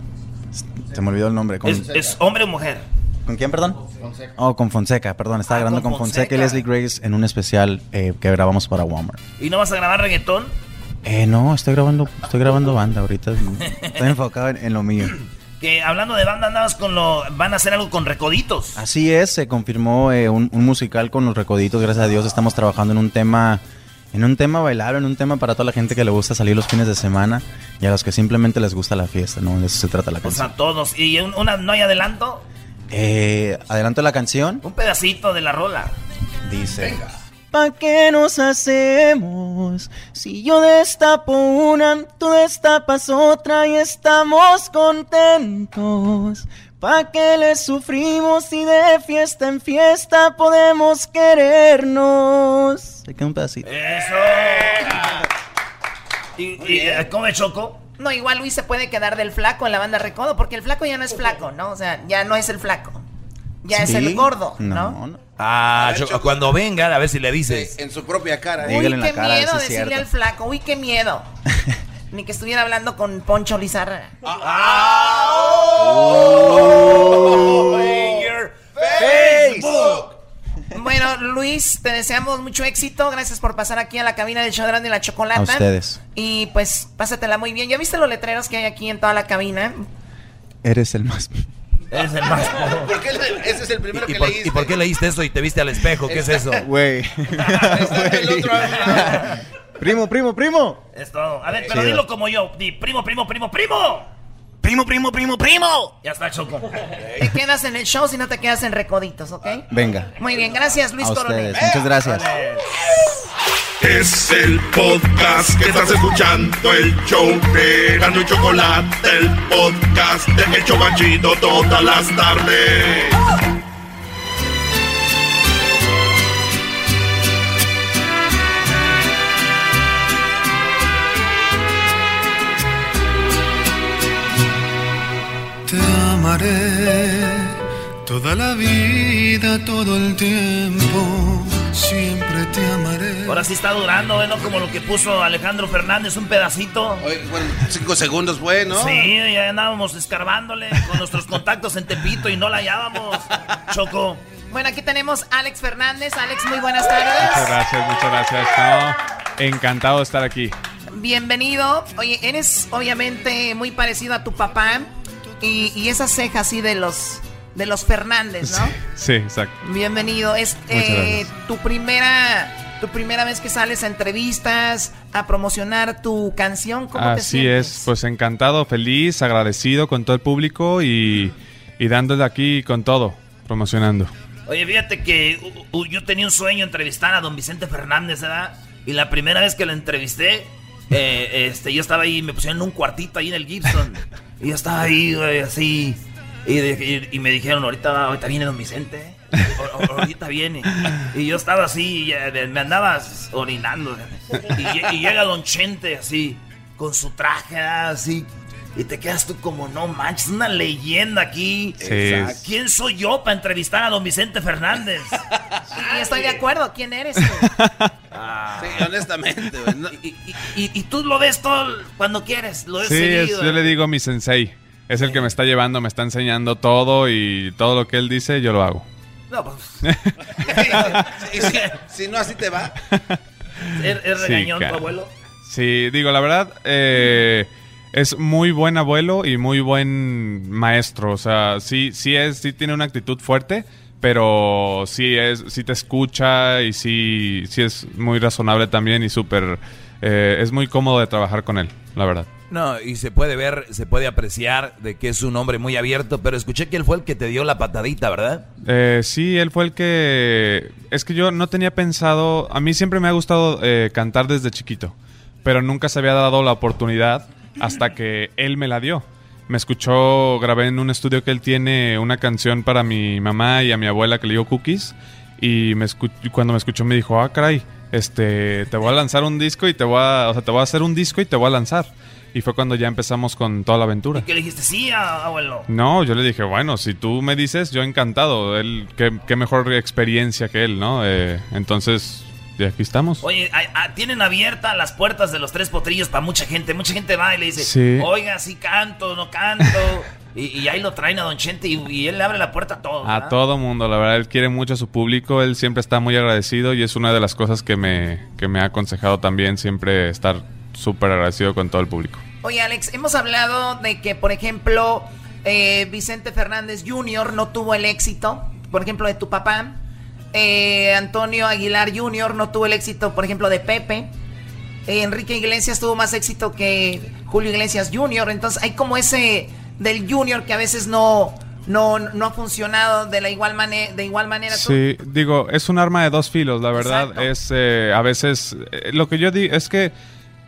Speaker 7: Se me olvidó el nombre. Con,
Speaker 2: ¿Es, es hombre o mujer?
Speaker 7: ¿Con quién, perdón? Fonseca. Oh, con Fonseca, perdón, estaba grabando
Speaker 2: Ah, con
Speaker 7: con Fonseca. y
Speaker 2: Fonseca.
Speaker 7: Leslie Grace en un especial eh, que grabamos para Walmart.
Speaker 2: ¿Y no vas a grabar reggaetón?
Speaker 7: Eh, no, estoy grabando, estoy grabando banda ahorita. Estoy enfocado en, en lo mío.
Speaker 2: Que hablando de banda andabas con lo... Van a hacer algo con Recoditos.
Speaker 7: Así es, se confirmó eh, un, un musical con los recoditos, gracias a Dios estamos trabajando en un tema, en un tema bailable, en un tema para toda la gente que le gusta salir los fines de semana y a los que simplemente les gusta la fiesta, ¿no? De eso se trata la
Speaker 2: O
Speaker 7: canción.
Speaker 2: sea, todos. ¿Y un- una, no hay adelanto?
Speaker 7: Eh, adelanto la canción,
Speaker 2: Un pedacito de la rola.
Speaker 7: dice.
Speaker 11: ¿Pa' qué nos hacemos? Si yo destapo una, tú destapas otra y estamos contentos. ¿Pa' qué le sufrimos si de fiesta en fiesta podemos querernos?
Speaker 7: Se queda un pedacito.
Speaker 2: ¡Eso! ¿Y, y eh, cómo es Choco?
Speaker 13: No, igual Luis se puede quedar del flaco en la banda Recodo, porque el flaco ya no es flaco, ¿no? O sea, ya no es el flaco. Ya es el gordo, ¿no?
Speaker 6: Ah, Choco, cuando vengan, a ver si le dices.
Speaker 3: En su propia cara. ¿eh?
Speaker 13: Uy,
Speaker 6: Dígale en la
Speaker 13: qué
Speaker 6: cara,
Speaker 13: miedo
Speaker 6: eso es
Speaker 13: decirle
Speaker 6: cierto.
Speaker 13: al flaco, uy, qué miedo. Ni que estuviera hablando con Poncho Lizarra.
Speaker 11: Facebook.
Speaker 13: Bueno, Luis, te deseamos mucho éxito. Gracias por pasar aquí a la cabina del show de Erasmo y la Chocolata.
Speaker 7: A ustedes.
Speaker 13: Y pues, pásatela muy bien. ¿Ya viste los letreros que hay aquí en toda la cabina?
Speaker 7: Eres el más.
Speaker 2: Eres el más.
Speaker 3: ¿Por qué le- ese es el primero
Speaker 6: ¿Y
Speaker 3: que
Speaker 6: por,
Speaker 3: leíste?
Speaker 6: y por qué leíste eso y te viste al espejo? ¿Qué es eso?
Speaker 7: Güey. primo, primo, primo.
Speaker 2: Es todo. A ver, pero
Speaker 7: Chido.
Speaker 2: dilo como yo. Di, primo, primo, primo, primo.
Speaker 7: Primo, primo, primo, primo.
Speaker 2: Ya está, Choco.
Speaker 13: Te quedas en el show si no te quedas en recoditos, ¿ok?
Speaker 7: Venga.
Speaker 13: Muy bien, gracias Luis
Speaker 7: A
Speaker 13: Coronel.
Speaker 7: ustedes. Muchas gracias.
Speaker 1: Es el podcast que estás escuchando, el show de Erasmo y Chocolate, el podcast de El Chobachito todas las tardes.
Speaker 16: Te amaré toda la vida, todo el tiempo, siempre te amaré.
Speaker 2: Ahora sí está durando, ¿eh? ¿no? Como lo que puso Alejandro Fernández, un pedacito.
Speaker 3: Cinco segundos fue, ¿no?
Speaker 2: Sí, ya andábamos escarbándole con nuestros contactos en Tepito y no la hallábamos. Choco.
Speaker 13: Bueno, aquí tenemos a Alex Fernández. Alex, muy buenas tardes.
Speaker 17: Muchas gracias, muchas gracias. No, encantado de estar aquí.
Speaker 13: Bienvenido. Oye, eres obviamente muy parecido a tu papá y, y esas cejas así de los de los Fernández, ¿no?
Speaker 17: Sí, exacto.
Speaker 13: Bienvenido. Es
Speaker 17: Muchas
Speaker 13: eh, tu primera tu primera vez que sales a entrevistas, a promocionar tu canción. ¿Cómo te
Speaker 17: Así
Speaker 13: sientes?
Speaker 17: es, pues encantado, feliz, agradecido con todo el público y, y dándole aquí con todo, promocionando.
Speaker 2: Oye, fíjate que u- u- yo tenía un sueño entrevistar a don Vicente Fernández, ¿verdad? Y la primera vez que lo entrevisté, eh, este, yo estaba ahí, me pusieron en un cuartito ahí en el Gibson. Y yo estaba ahí, güey, así. Y, de- y- y me dijeron, ahorita, va- ahorita viene don Vicente. ¿eh? O- o- ahorita viene. Y yo estaba así, y, eh, me andaba orinando. Y, lle- y llega don Chente así, con su traje ¿verdad? así. Y te quedas tú como, no manches, una leyenda aquí.
Speaker 17: Sí.
Speaker 2: ¿Quién soy yo para entrevistar a don Vicente Fernández?
Speaker 13: Y estoy de acuerdo, ¿quién eres? tú?
Speaker 3: Sí, honestamente, güey. no-
Speaker 2: Ah. Y, y- y tú lo ves todo cuando quieres, lo ves
Speaker 17: Sí, es-
Speaker 2: seguido. ¿eh?
Speaker 17: yo le digo mi sensei. Es el que me está llevando, me está enseñando todo y todo lo que él dice, yo lo hago.
Speaker 2: No, pues,
Speaker 3: Y si, si no, así te va.
Speaker 2: ¿Es, es
Speaker 17: Sí,
Speaker 2: regañón tu
Speaker 17: cara.
Speaker 2: abuelo?
Speaker 17: Sí, digo, la verdad, eh, es muy buen abuelo y muy buen maestro. O sea, sí, sí es, sí tiene una actitud fuerte, pero sí es, sí te escucha y sí, sí es muy razonable también y súper, eh, es muy cómodo de trabajar con él, la verdad.
Speaker 6: No, y se puede ver, se puede apreciar de que es un hombre muy abierto, pero escuché que él fue el que te dio la patadita, ¿verdad?
Speaker 17: Eh, sí, él fue el que... Es que yo no tenía pensado... A mí siempre me ha gustado eh, cantar desde chiquito, pero nunca se había dado la oportunidad hasta que él me la dio. Me escuchó, grabé en un estudio que él tiene una canción para mi mamá y a mi abuela que le dio cookies, y me escu- y cuando me escuchó me dijo, ah, caray, este, te voy a lanzar un disco y te voy a... O sea, te voy a hacer un disco y te voy a lanzar. Y fue cuando ya empezamos con toda la aventura.
Speaker 2: Que le dijiste, sí, a- abuelo.
Speaker 17: No, yo le dije, bueno, si tú me dices, yo encantado. Él, qué, qué mejor experiencia que él, ¿no? Eh, entonces, y aquí estamos.
Speaker 2: Oye, a- a- tienen abiertas las puertas de los tres potrillos para mucha gente. Mucha gente va y le dice,
Speaker 17: Sí.
Speaker 2: oiga, sí canto, no canto. y, y ahí lo traen a Don Chente y, y él le abre la puerta a todos.
Speaker 17: A
Speaker 2: ¿verdad?
Speaker 17: todo mundo, la verdad, él quiere mucho a su público, él siempre está muy agradecido y es una de las cosas que me, que me ha aconsejado también, siempre estar súper agradecido con todo el público.
Speaker 13: Oye, Alex, hemos hablado de que, por ejemplo, eh, Vicente Fernández Jr. no tuvo el éxito, por ejemplo, de tu papá. Eh, Antonio Aguilar Jr. no tuvo el éxito, por ejemplo, de Pepe. Eh, Enrique Iglesias tuvo más éxito que Julio Iglesias Jr. Entonces, hay como ese del Jr. que a veces no, no, no ha funcionado de, la igual, mane- de igual manera. Tú-
Speaker 17: Sí, digo, es un arma de dos filos, la verdad. Es eh, a veces eh, lo que yo digo es que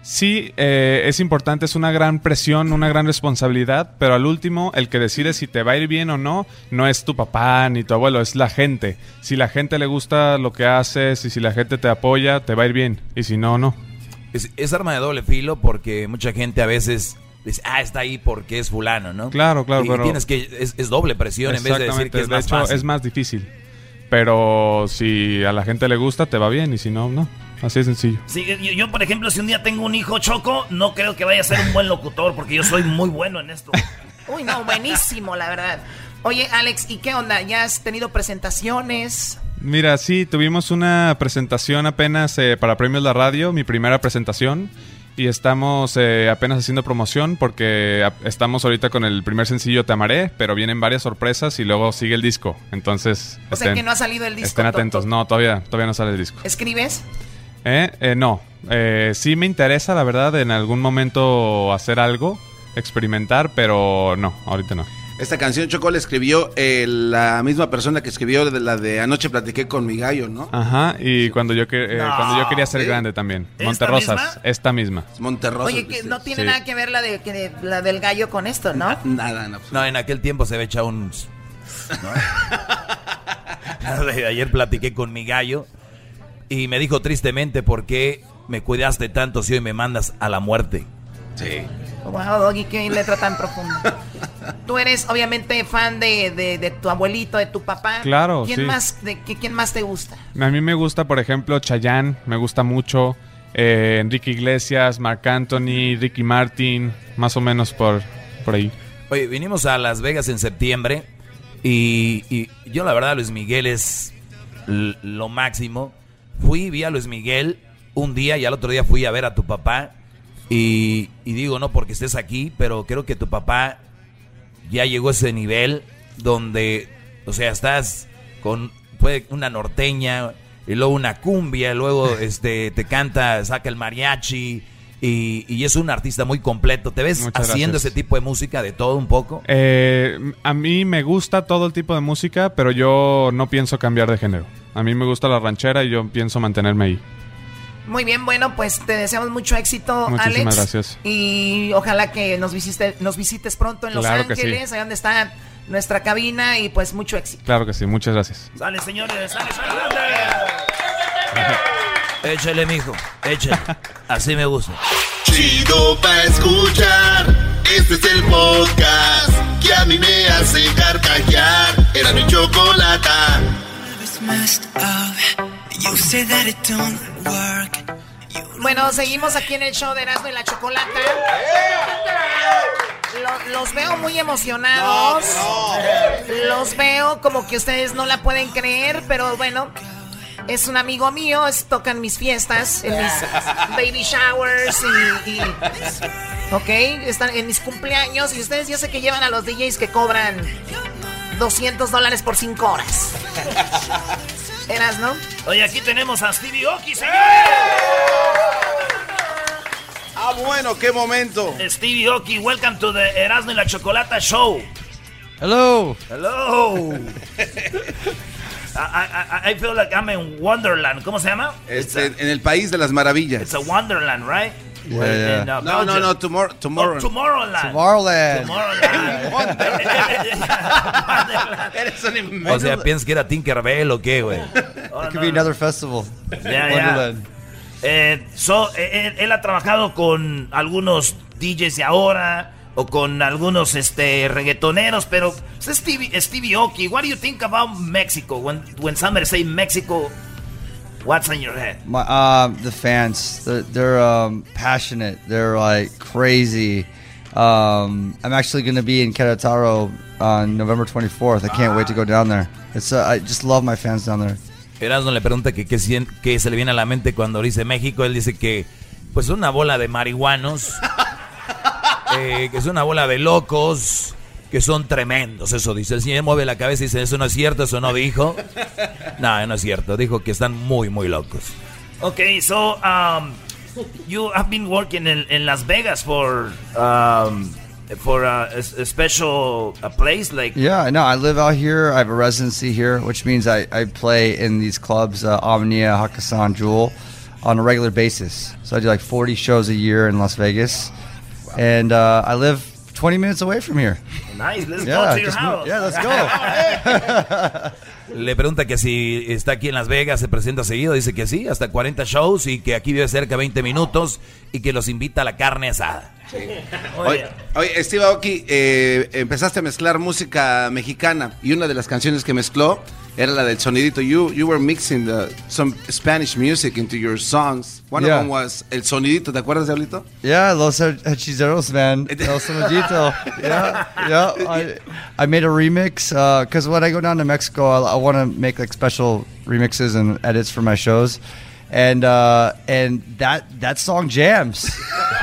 Speaker 17: sí eh, es importante, es una gran presión, una gran responsabilidad, pero al último el que decide si te va a ir bien o no no es tu papá ni tu abuelo, es la gente. Si la gente le gusta lo que haces y si la gente te apoya, te va a ir bien y si no no.
Speaker 6: Es, es arma de doble filo porque mucha gente a veces dice, ah, está ahí porque es fulano, ¿no?
Speaker 17: Claro, claro,
Speaker 6: Y
Speaker 17: pero-
Speaker 6: tienes que, es, es doble presión en vez de decir que es
Speaker 17: de
Speaker 6: más
Speaker 17: hecho
Speaker 6: fácil.
Speaker 17: es más difícil. Pero si a la gente le gusta, te va bien y si no no. Así de sencillo.
Speaker 2: Sí, yo, yo, por ejemplo, si un día tengo un hijo choco, no creo que vaya a ser un buen locutor porque yo soy muy bueno en esto.
Speaker 13: Uy, no, buenísimo, la verdad. Oye, Alex, ¿y qué onda? ¿Ya has tenido presentaciones?
Speaker 17: Mira, sí, tuvimos una presentación apenas eh, para Premios La Radio, mi primera presentación, y estamos eh, apenas haciendo promoción porque a- estamos ahorita con el primer sencillo Te Amaré, pero vienen varias sorpresas y luego sigue el disco. Entonces,
Speaker 13: O sea, que no ha salido el disco,
Speaker 17: Estén
Speaker 13: to-
Speaker 17: atentos, no, todavía, todavía no sale el disco.
Speaker 13: ¿Escribes?
Speaker 17: Eh, eh, no, Eh, sí me interesa, la verdad, en algún momento hacer algo, experimentar, pero no, ahorita no.
Speaker 3: Esta canción Choco la escribió eh, la misma persona que escribió de la de Anoche platiqué con mi gallo, ¿no?
Speaker 17: Ajá, y cuando yo, que- eh,
Speaker 3: No,
Speaker 17: cuando yo quería ser
Speaker 3: ¿sí?
Speaker 17: grande también.
Speaker 3: ¿Esta
Speaker 17: Monterrosas,
Speaker 3: misma?
Speaker 17: esta misma.
Speaker 3: Monterrosas.
Speaker 13: Oye, que no tiene
Speaker 17: Sí.
Speaker 13: nada que ver la, de, que de- la del gallo con esto, ¿no?
Speaker 3: Nada, no.
Speaker 6: No, en aquel tiempo se ve echa un... ¿no? Ayer platiqué con mi gallo y me dijo tristemente por qué me cuidaste tanto si hoy me mandas a la muerte.
Speaker 3: Sí.
Speaker 13: Wow, Doggy, qué letra tan profunda. Tú eres obviamente fan de, de- de tu abuelito, de tu papá.
Speaker 17: Claro,
Speaker 13: ¿Quién
Speaker 17: sí.
Speaker 13: Más, de, qué- ¿Quién más te gusta?
Speaker 17: A mí me gusta, por ejemplo, Chayanne, me gusta mucho. eh, Enrique Iglesias, Marc Anthony, Ricky Martin, más o menos por, por ahí.
Speaker 6: Oye, vinimos a Las Vegas en septiembre y, y yo la verdad Luis Miguel es l- lo máximo. Fui, vi a Luis Miguel un día y al otro día fui a ver a tu papá y, y digo, no porque estés aquí, pero creo que tu papá ya llegó a ese nivel donde, o sea, estás con puede una norteña y luego una cumbia, y luego este te canta, saca el mariachi y, y es un artista muy completo. ¿Te ves
Speaker 17: Muchas
Speaker 6: haciendo
Speaker 17: gracias.
Speaker 6: ese tipo de música de todo un poco?
Speaker 17: Eh, a mí me gusta todo el tipo de música, pero yo no pienso cambiar de género. A mí me gusta la ranchera y yo pienso mantenerme ahí.
Speaker 13: Muy bien, bueno, pues te deseamos mucho éxito,
Speaker 17: Muchísimas
Speaker 13: Alex.
Speaker 17: gracias.
Speaker 13: Y ojalá que nos, visite, nos visites pronto en Los
Speaker 17: Claro que sí.
Speaker 13: Ángeles, ahí donde está nuestra cabina, y pues mucho éxito.
Speaker 17: Claro que sí, muchas gracias.
Speaker 2: Sale, señores, sale, sale.
Speaker 6: Échale, mijo, échale. Así me gusta.
Speaker 1: Chido pa' escuchar. Este es el podcast que a mí me hace carcajear. Era mi chocolata.
Speaker 16: Tal vez messed up. You say that it don't work.
Speaker 13: Bueno, seguimos aquí en el show de Erasmo y la Chocolata. Lo- los veo muy emocionados. Los veo como que ustedes no la pueden creer, pero bueno. Es un amigo mío, es- tocan mis fiestas, en mis baby showers y, y- Ok, están en mis cumpleaños y ustedes ya sé que llevan a los DJs que cobran 200 dólares por 5 horas. Eras, ¿no?
Speaker 2: Oye, aquí tenemos a Stevie Oki, señores.
Speaker 3: Ah, bueno, qué momento.
Speaker 2: Stevie Oki, welcome to the Erasmo y la Chocolata Show.
Speaker 18: Hello.
Speaker 2: Hello. I, I- I- I feel like I'm in Wonderland. ¿Cómo se llama?
Speaker 3: Este, en el país de las maravillas.
Speaker 2: It's a Wonderland, right?
Speaker 3: Yeah,
Speaker 2: Right
Speaker 3: yeah.
Speaker 2: in, uh,
Speaker 3: No, no,
Speaker 2: Belgium.
Speaker 3: no, tomorrow, tomorrow.
Speaker 2: Oh, Tomorrowland.
Speaker 9: Tomorrowland.
Speaker 3: Eres un
Speaker 6: O sea, ¿piensas que era Tinkerbell o qué, güey?
Speaker 5: It could be another festival.
Speaker 2: Ya, ya.
Speaker 5: Wonderland.
Speaker 2: Eh, so, eh, él, él ha trabajado con algunos DJs de ahora o con algunos este reggaetoneros, pero pues, es Stevie, Stevie Oki, what do you think about Mexico? When when somebody say Mexico, what's on your head?
Speaker 18: My, um, the fans, they're, they're um, passionate. They're like crazy. Um, I'm actually going to be in Querétaro on November 24th. I can't wait to go down there. It's uh, I just love my fans down there.
Speaker 6: Erasmo le pregunta que qué sien- qué se le viene a la mente cuando dice México. Él dice que, pues, una bola de marihuanos, eh, que es una bola de locos, que son tremendos. Eso dice. El señor mueve la cabeza y dice: Eso no es cierto, eso no dijo. No, no es cierto. Dijo que están muy, muy locos.
Speaker 2: Okay, so um, you have been working in, in Las Vegas for um, for a, a s- a special a place like
Speaker 18: Yeah, no, I live out here. I have a residency here, which means I, I play in these clubs, uh, Omnia, Hakkasan, Jewel, on a regular basis. So I do like 40 shows a year in Las Vegas. And uh, I live 20 minutes away from here.
Speaker 2: nice. Let's
Speaker 18: Yeah,
Speaker 2: go to your
Speaker 18: just move-
Speaker 2: house.
Speaker 18: yeah, let's
Speaker 6: Le pregunta que si está aquí en Las Vegas, se presenta seguido, dice que sí, hasta 40 shows y que aquí vive cerca 20 minutos y que los invita a la carne asada.
Speaker 3: Oye, oye, Steve Aoki, eh, empezaste a mezclar música mexicana y una de las canciones que mezcló era la del sonidito. You, you were mixing the- some Spanish music into your songs. One
Speaker 18: Yeah.
Speaker 3: of them was El Sonidito, ¿te acuerdas de Ablito?
Speaker 18: Yeah, Los Hechiceros, man. Los Medito. Yeah, yeah. I, I made a remix because when I go down to Mexico, I, I want to make like special remixes and edits for my shows, and uh, and that that song jams.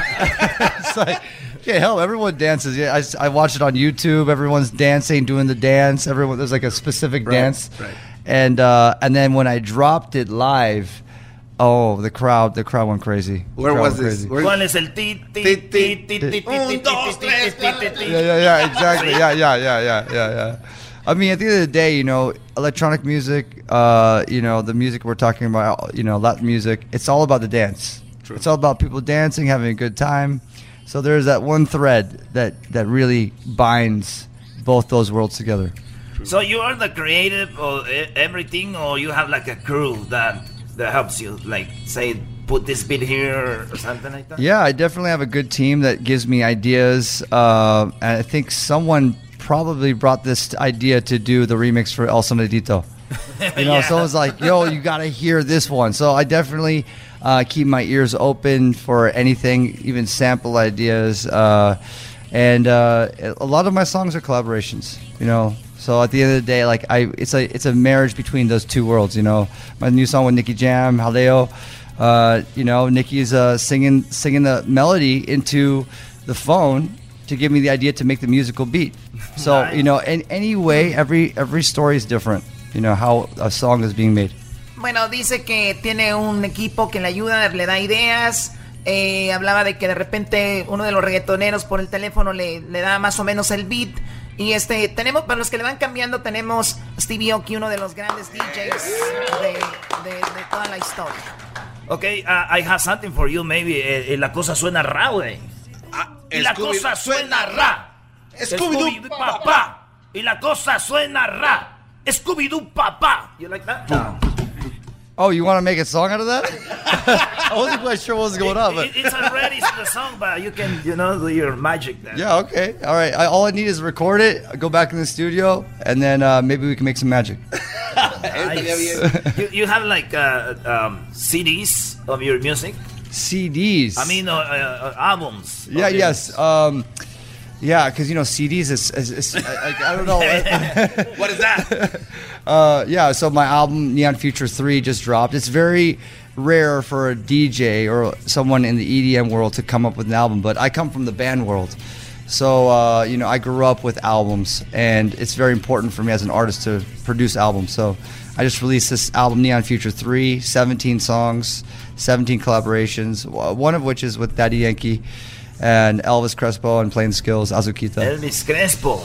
Speaker 18: it's like, yeah, hell, everyone dances. Yeah, I, s- I watch it on YouTube. Everyone's dancing, doing the dance. Everyone, there's like a specific
Speaker 3: Right,
Speaker 18: dance,
Speaker 3: right.
Speaker 18: and uh, and then when I dropped it live. Oh, the crowd! The crowd went crazy. The
Speaker 3: Where
Speaker 18: crowd
Speaker 3: was
Speaker 18: went
Speaker 3: this?
Speaker 18: crazy.
Speaker 3: Where-
Speaker 2: ¿Cuál es el ti ti ti ti ti ti ti ti ti ti
Speaker 18: Yeah, yeah, yeah, exactly. Yeah, yeah, yeah, yeah, yeah, yeah. I mean, at the end of the day, you know, electronic music, uh, you know, the music we're talking about, you know, Latin music, it's all about the dance.
Speaker 3: True.
Speaker 18: It's all about people dancing, having a good time. So there's that one thread that that really binds both those worlds together.
Speaker 2: So you are the creative of e- everything, or you have like a crew that that helps you, like say put this bit here or something like that.
Speaker 18: Yeah, I definitely have a good team that gives me ideas. Uh, and I think someone probably brought this idea to do the remix for El Sonidito. You know,
Speaker 9: Yeah.
Speaker 18: someone's like, yo, you got to hear this one. So I definitely uh, keep my ears open for anything, even sample ideas. Uh, and uh, a lot of my songs are collaborations, you know. So at the end of the day, like I, it's a it's a marriage between those two worlds, you know. My new song with Nicky Jam, Haleo, uh, you know, Nikki's uh, singing singing the melody into the phone to give me the idea to make the musical beat. So you know, in any way, every every story is different. You know how a song is being made.
Speaker 13: Bueno, dice que tiene un equipo que le ayuda, le da ideas. Eh, hablaba de que de repente uno de los reggaetoneros por el teléfono le, le da más o menos el beat. Y este, tenemos, para los que le van cambiando, tenemos Stevie Oki, uno de los grandes DJs de, de- de toda la historia.
Speaker 2: Okay, uh, I have something for you. Maybe eh, eh, la cosa suena ra, güey. y la
Speaker 1: Scooby-
Speaker 2: cosa Ah, suena ra.
Speaker 1: Scooby-Doo,
Speaker 2: Scooby-Doo, papá. Y la cosa suena ra. Scooby Doo papá. You like that?
Speaker 18: Oh, you want to make a song out of that? I wasn't quite sure what was going on, but
Speaker 2: It- it's already in the song, but you can you know do your magic there.
Speaker 18: yeah, okay, all right. I, all I need is record it, go back in the studio, and then uh, maybe we can make some magic.
Speaker 2: Nice. nice. you, you have like uh, um, CDs of your music?
Speaker 18: CDs.
Speaker 2: I mean, uh, uh, albums.
Speaker 18: Yeah,
Speaker 2: Okay.
Speaker 18: yes. Um, yeah, because you know CDs is, is, is I, I- I don't know. eh.
Speaker 2: what is that?
Speaker 18: uh, yeah, so my album Neon Future Three just dropped. It's very rare for a DJ or someone in the EDM world to come up with an album, but I come from the band world. So uh, you know, I grew up with albums, and it's very important for me as an artist to produce albums. So I just released this album, Neon Future 3, 17 songs, 17 collaborations, w- one of which is with Daddy Yankee and Elvis Crespo and Plain Skills, Azukita.
Speaker 2: Elvis Crespo.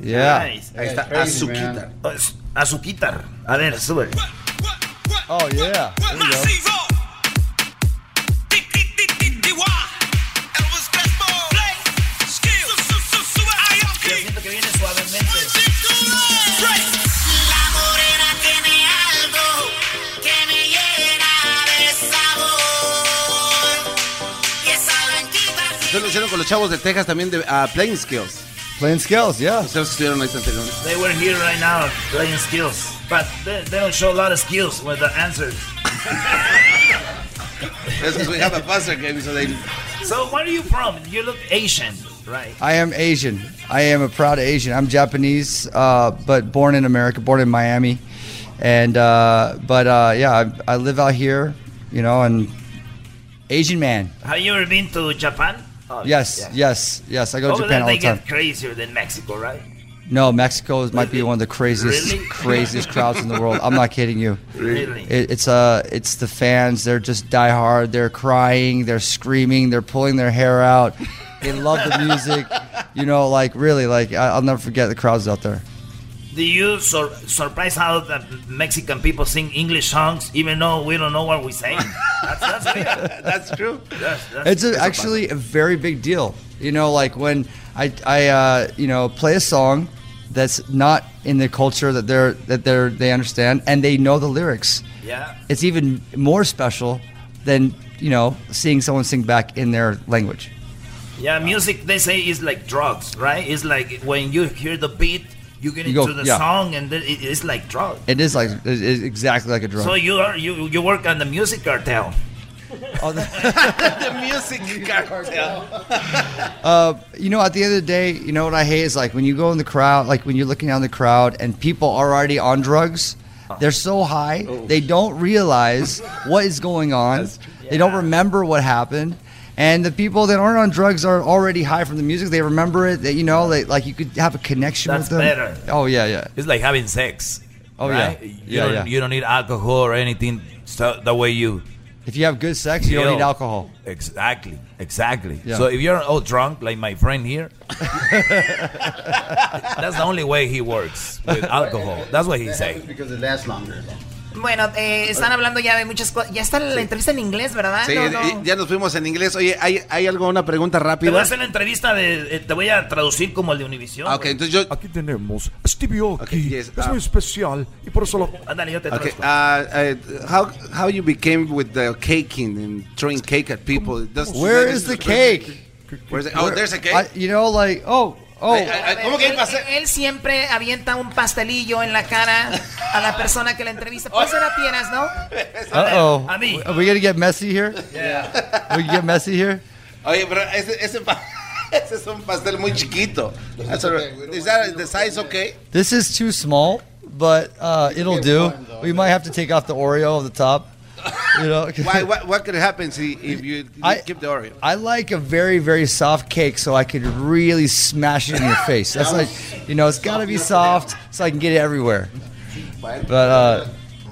Speaker 18: Yeah.
Speaker 2: Nice.
Speaker 18: Ahí está,
Speaker 2: Oh, Crazy,
Speaker 18: Azuquitar.
Speaker 2: man. Az- Oh, Azuquitar. A ver, sube.
Speaker 18: Oh, yeah. There
Speaker 16: you go.
Speaker 1: La morena tiene algo que me llena de sabor. Y esa blanquita
Speaker 3: Entonces lo hicieron con los chavos de Texas también de ah, Playing Skills.
Speaker 18: Playing Skills, yeah.
Speaker 3: Ustedes que estuvieron ahí anteriormente.
Speaker 2: They were here right now playing skills, but they, they don't show a lot of skills with the answers.
Speaker 3: That's because we have a buzzer game, so they.
Speaker 2: So where are you from? You look Asian, right?
Speaker 18: I am Asian. I am a proud Asian. I'm Japanese, uh, but born in America, born in Miami, and uh, but uh, yeah, I, I live out here, you know, and Asian man.
Speaker 2: Have you ever been to Japan? Oh,
Speaker 18: Yes,
Speaker 2: yeah.
Speaker 18: yes, yes. I go to
Speaker 2: Over there
Speaker 18: Japan all
Speaker 2: they
Speaker 18: the time.
Speaker 2: get crazier than Mexico, right?
Speaker 18: No, Mexico is- might be one of the craziest,
Speaker 2: Really?
Speaker 18: craziest crowds in the world. I'm not kidding you.
Speaker 2: Really?
Speaker 18: It, it's uh, it's the fans. They're just diehard. They're crying. They're screaming. They're pulling their hair out. They love the music. You know, like really, like I, I'll never forget the crowds out there.
Speaker 2: Do you sur- surprise how the Mexican people sing English songs even though we don't know what we say? that's, that's, weird.
Speaker 3: that's true.
Speaker 2: That's, that's,
Speaker 18: It's a,
Speaker 2: that's
Speaker 18: actually a very big deal. You know, like when I, I uh, you know, play a song that's not in the culture that they're that they're they understand and they know the lyrics.
Speaker 2: Yeah.
Speaker 18: It's even more special than you know seeing someone sing back in their language.
Speaker 2: Yeah, music they say is like drugs, right? It's like when you hear the beat, you get
Speaker 18: You go-
Speaker 2: into the
Speaker 18: yeah.
Speaker 2: song, and then it, it's like drug.
Speaker 18: It is like it is exactly like a drug.
Speaker 2: So you are you you work on the music cartel.
Speaker 3: the music cartel.
Speaker 18: Uh, you know, at the end of the day, you know what I hate is like when you go in the crowd, like when you're looking down the crowd and people are already on drugs. They're so high, they don't realize what is going on. They don't remember what happened. And the people that aren't on drugs are already high from the music. They remember it. That you know, they, like you could have a connection
Speaker 6: That's
Speaker 18: with them.
Speaker 6: better.
Speaker 18: Oh yeah, yeah.
Speaker 6: It's like having sex.
Speaker 18: Oh,
Speaker 6: right?
Speaker 18: yeah.
Speaker 6: You
Speaker 18: Yeah,
Speaker 6: don't,
Speaker 18: yeah.
Speaker 6: You don't need alcohol or anything. So that way you.
Speaker 18: If you have good sex, you don't need alcohol.
Speaker 6: Exactly. Exactly.
Speaker 18: Yeah.
Speaker 6: So if you're all drunk, like my friend here, that's the only way he works with alcohol. That's what he
Speaker 10: That
Speaker 6: say.
Speaker 10: happens Because it lasts longer. though.
Speaker 13: Bueno, eh, están hablando ya de muchas cosas. Ya está la entrevista en inglés, ¿verdad?
Speaker 3: Sí,
Speaker 13: No,
Speaker 3: y-
Speaker 13: no.
Speaker 3: y ya nos fuimos en inglés. Oye, ¿hay, hay algo, una pregunta
Speaker 2: Te voy a
Speaker 3: rápida?
Speaker 2: hacer la entrevista de, eh, te voy a traducir como el de Univision.
Speaker 3: Ah, ok, entonces yo.
Speaker 15: Aquí tenemos a Stevie Oki.
Speaker 3: yes,
Speaker 15: es
Speaker 3: ah.
Speaker 15: muy especial y por eso lo.
Speaker 2: Ándale, yo te
Speaker 3: Okay,
Speaker 2: traduzco.
Speaker 3: uh, uh, how how you became with the caking and throwing cake at people? It doesn't-
Speaker 18: Where is the cake?
Speaker 3: Where's the- oh, there's a cake.
Speaker 18: I- you know, like oh, oh.
Speaker 3: I- I- I- ¿Cómo que
Speaker 13: él, él siempre avienta un pastelillo en la cara a la persona que la entrevista. Pues era piernas, ¿no?
Speaker 18: Uh oh.
Speaker 13: A mí.
Speaker 18: Are we gonna get messy here? Are we gonna get messy here?
Speaker 3: Oye, pero ese, ese, pa- ese es un pastel muy chiquito. That's all right. Is that the size okay?
Speaker 18: This is too small, but uh, it'll do. We might have to take off the Oreo of the top. You know.
Speaker 3: Why, what, what could happen see, if you keep the Oreo?
Speaker 18: I like a very very soft cake, so I could really smash it in your face. That's like, you know, it's gotta be soft, so I can get it everywhere. But uh,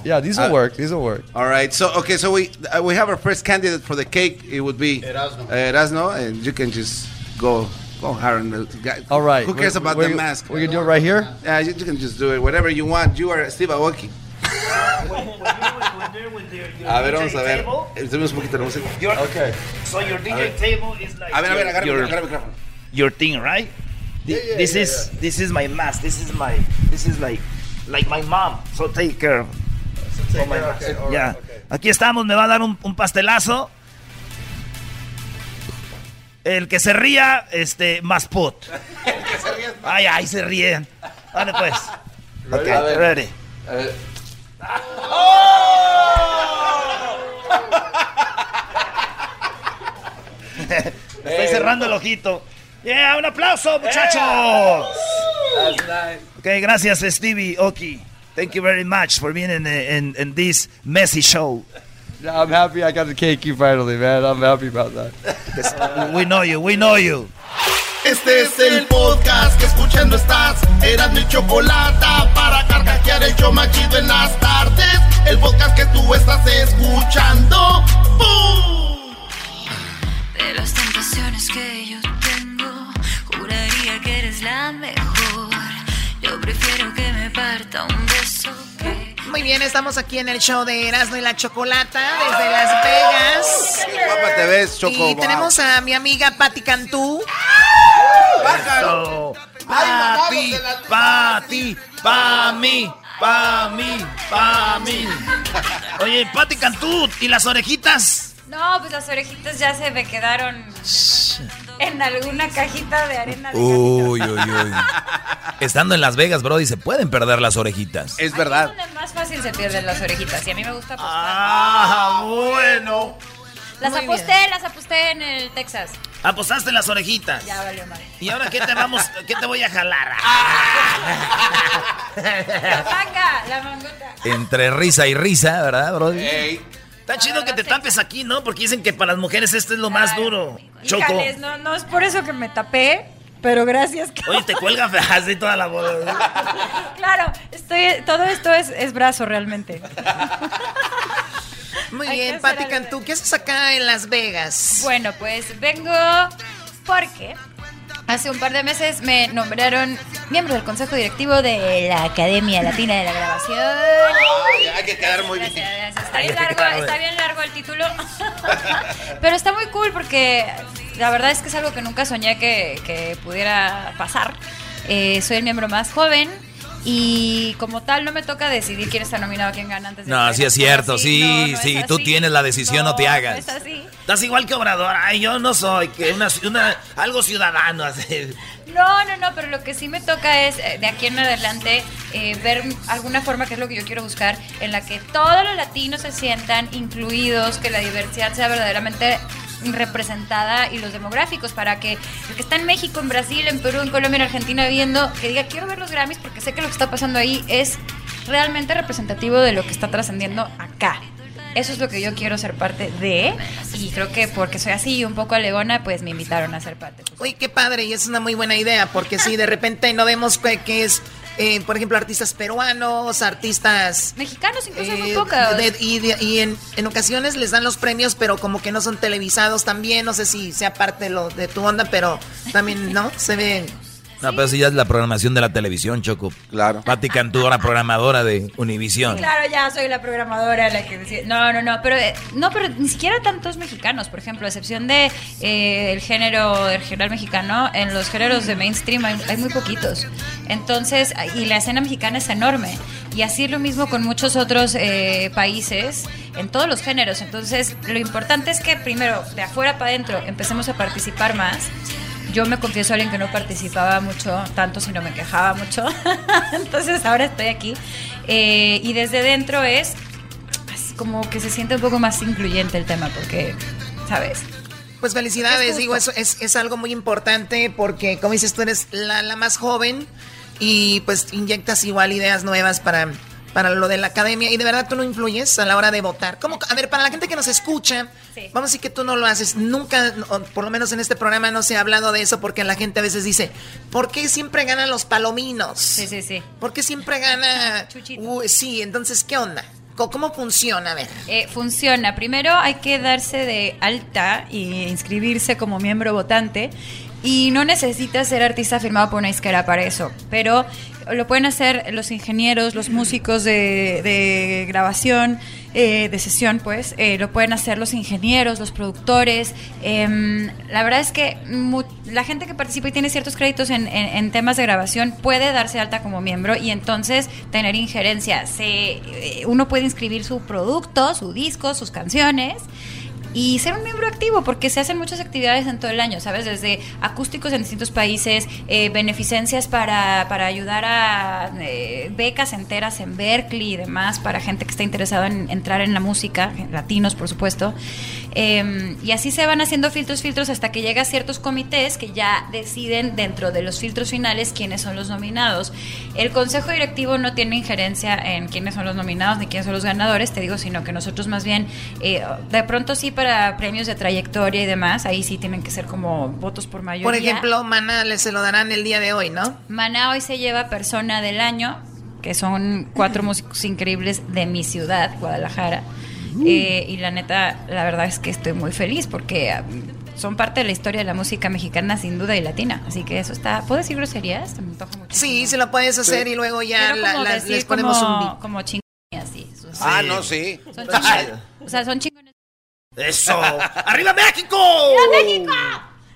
Speaker 18: yeah, these will
Speaker 3: Uh,
Speaker 18: work. These will work.
Speaker 3: All right. So okay. So we uh, we have our first candidate for the cake. It would be Erasmo. Erasmo, and you can just go go hard. and, uh, guy-
Speaker 18: All right.
Speaker 3: Who cares
Speaker 18: We're-
Speaker 3: about
Speaker 18: we're-
Speaker 3: the mask?
Speaker 18: We're gonna do it right here.
Speaker 3: Yeah, you, you can just do it. Whatever you want. You are Steve Aoki. A ver, vamos a ver. Subimos un poquito la música.
Speaker 2: Okay. So your DJ table is like
Speaker 3: A ver, a ver,
Speaker 2: your-
Speaker 3: agarra el micrófono,
Speaker 2: your-
Speaker 3: agarra el micrófono.
Speaker 2: your thing, right? Th-
Speaker 3: yeah,
Speaker 2: this
Speaker 3: yeah,
Speaker 2: is this is my mask. This is my this is like like my mom. So take care. of- of my
Speaker 11: care,
Speaker 2: mask.
Speaker 11: okay, all right,
Speaker 2: yeah. Aquí estamos. Me va a dar un, un pastelazo. El que se ría, este, más put. Ay, ay, se ríen. Vale, pues.
Speaker 3: Ready?
Speaker 2: Okay,
Speaker 3: A ver.
Speaker 2: ready. Oh! Estoy cerrando el ojito. Yeah, un aplauso, muchachos. Okay, gracias Stevie Oki. Thank you very much for being in, eh, in, in this messy show.
Speaker 18: Yeah, I'm happy I got the KQ finally, man. I'm happy about
Speaker 2: that. we know you, we know you.
Speaker 1: Este es el podcast que escuchando estás. Eran mi chocolate para carcajear el yo machido en las tardes. El podcast que tú estás escuchando. ¡Bum!
Speaker 16: De las tentaciones que yo tengo, juraría que eres la mejor. Yo prefiero que me parta un beso.
Speaker 13: Muy bien, estamos aquí en el show de Erasmo y la Chocolata desde Las Vegas.
Speaker 3: Qué guapa te ves, Choco.
Speaker 13: Y
Speaker 3: Wow.
Speaker 13: tenemos a mi amiga Patti Cantú.
Speaker 2: Eso. Pa' ti, pa' ti, pa' mí, pa' mí, pa' mí. Oye, Pati Cantú, ¿y las orejitas?
Speaker 19: No, pues las orejitas ya se me quedaron en alguna cajita de arena. de
Speaker 6: Uy, uy, uy. Estando en Las Vegas, Brody, se pueden perder las orejitas.
Speaker 3: Es
Speaker 19: Es donde más fácil se pierden las orejitas y a mí me gusta apostar.
Speaker 2: Ah, bueno.
Speaker 19: Las
Speaker 2: muy
Speaker 19: aposté, las aposté en el Texas.
Speaker 2: Apostaste en las orejitas.
Speaker 19: Ya valió mal.
Speaker 2: ¿Y ahora qué te vamos, qué te voy a jalar?
Speaker 19: La vaca, la mangota.
Speaker 6: Entre risa y risa, ¿verdad, Brody?
Speaker 2: Está chido que te tapes aquí, ¿no? Porque dicen que para las mujeres esto es lo más duro. Choco.
Speaker 19: Híjales, no, no es por eso que me tapé, pero gracias. que-
Speaker 2: Oye, te cuelga así toda la boda.
Speaker 19: Claro, estoy, todo esto es, es brazo realmente.
Speaker 13: Muy bien, Patti Cantú, ¿qué haces acá en Las Vegas?
Speaker 19: Bueno, pues vengo porque hace un par de meses me nombraron miembro del consejo directivo de la Academia Latina de la Grabación.
Speaker 3: Hay que quedar muy bien.
Speaker 19: Está bien largo, está bien largo el título. Pero está muy cool porque la verdad es que es algo que nunca soñé que, que pudiera pasar. Eh, soy el miembro más joven y como tal no me toca decidir quién está nominado, quién gana antes de
Speaker 6: No,
Speaker 19: que-
Speaker 6: sí es cierto,
Speaker 19: no,
Speaker 6: sí,
Speaker 19: no es
Speaker 6: sí, tú
Speaker 19: así.
Speaker 6: tienes la decisión, no, te
Speaker 19: No, no
Speaker 6: hagas.
Speaker 19: es así.
Speaker 2: Estás igual que Obrador. Ay, yo no soy. Que una, una- algo ciudadano. así.
Speaker 19: No, no, no, pero lo que sí me toca es eh, de aquí en adelante eh, ver alguna forma, que es lo que yo quiero buscar, en la que todos los latinos se sientan incluidos, que la diversidad sea verdaderamente representada y los demográficos para que el que está en México, en Brasil, en Perú, en Colombia, en Argentina viendo, que diga quiero ver los Grammys porque sé que lo que está pasando ahí es realmente representativo de lo que está trascendiendo acá. Eso es lo que yo quiero ser parte de y creo que porque soy así y un poco alegona, pues me invitaron a ser parte.
Speaker 13: Uy, qué padre, y es una muy buena idea, porque si de repente no vemos que, que es, eh, por ejemplo, artistas peruanos, artistas...
Speaker 19: Mexicanos incluso pues, hay muy
Speaker 13: eh,
Speaker 19: pocos.
Speaker 13: de- y de- y en, en ocasiones les dan los premios, pero como que no son televisados también, no sé si sea parte de lo, de tu onda, pero también, ¿no? Se ve...
Speaker 6: No, pero sí ya es la programación de la televisión, Choco. Claro. Pati Cantú, ahora programadora de Univisión.
Speaker 19: Claro, ya soy la programadora la que decide. No, no, no, pero eh, no, pero ni siquiera tantos mexicanos, por ejemplo, a excepción de eh, el género del general mexicano, en los géneros de mainstream hay, hay muy poquitos. Entonces, y la escena mexicana es enorme. Y así es lo mismo con muchos otros eh, países, en todos los géneros. Entonces, lo importante es que primero, de afuera para adentro, empecemos a participar más. Yo me confieso a alguien que no participaba mucho, tanto sino me quejaba mucho. Entonces ahora estoy aquí. Eh, y desde dentro es así como que se siente un poco más incluyente el tema, porque, ¿sabes?
Speaker 13: Pues
Speaker 19: Es
Speaker 13: felicidades,
Speaker 19: justo.
Speaker 13: digo, eso es, es algo muy importante porque, como dices, tú eres la, la más joven y pues inyectas igual ideas nuevas para, para lo de la academia y de verdad tú no influyes a la hora de votar. ¿Cómo? A ver, para la gente que nos escucha, vamos a decir que tú no lo haces, nunca, o por lo menos en este programa no se ha hablado de eso porque la gente a veces dice, ¿por qué siempre ganan los palominos? Sí,
Speaker 19: sí, sí.
Speaker 13: ¿Por qué siempre gana... Uy, sí, entonces, ¿qué onda? ¿Cómo, cómo funciona? A ver.
Speaker 19: Eh, funciona. Primero hay que darse de alta e inscribirse como miembro votante. Y no necesitas ser artista firmado por una disquera para eso. Pero lo pueden hacer los ingenieros, los músicos de, de grabación, eh, de sesión, pues. eh, lo pueden hacer los ingenieros, los productores. Em, la verdad es que mu- la gente que participa y tiene ciertos créditos en, en- en temas de grabación puede darse de alta como miembro y entonces tener injerencia. Se, eh, uno puede inscribir su producto, su disco, sus canciones. y ser un miembro activo, porque se hacen muchas actividades en todo el año, ¿sabes? Desde acústicos en distintos países, eh, beneficencias para, para ayudar a eh, becas enteras en Berkeley y demás, para gente que está interesada en entrar en la música, latinos, por supuesto. Eh, y así se van haciendo filtros, filtros, hasta que llega a ciertos comités que ya deciden dentro de los filtros finales quiénes son los nominados. El consejo directivo no tiene injerencia en quiénes son los nominados ni quiénes son los ganadores, te digo, sino que nosotros más bien, eh, de pronto sí para premios de trayectoria y demás, ahí sí tienen que ser como votos por mayoría.
Speaker 13: Por ejemplo, Maná le- se lo darán el día de hoy, ¿no?
Speaker 19: Maná hoy se lleva persona del año, que son cuatro músicos increíbles de mi ciudad, Guadalajara. Eh, y la neta, la verdad es que estoy muy feliz porque ah, son parte de la historia de la música mexicana sin duda y latina. Así que eso está... ¿Puedo decir groserías? Se me antoja mucho.
Speaker 13: Sí, se lo puedes hacer y luego ya
Speaker 19: Quiero
Speaker 13: la-
Speaker 19: como
Speaker 13: la-
Speaker 19: decir
Speaker 13: les ponemos
Speaker 19: como,
Speaker 13: un beat.
Speaker 19: Como ching- así. sus-
Speaker 3: Ah, no, sí.
Speaker 19: Son chingones. O sea, son chingones.
Speaker 2: Eso. ¡Arriba México!
Speaker 19: ¡Viva México!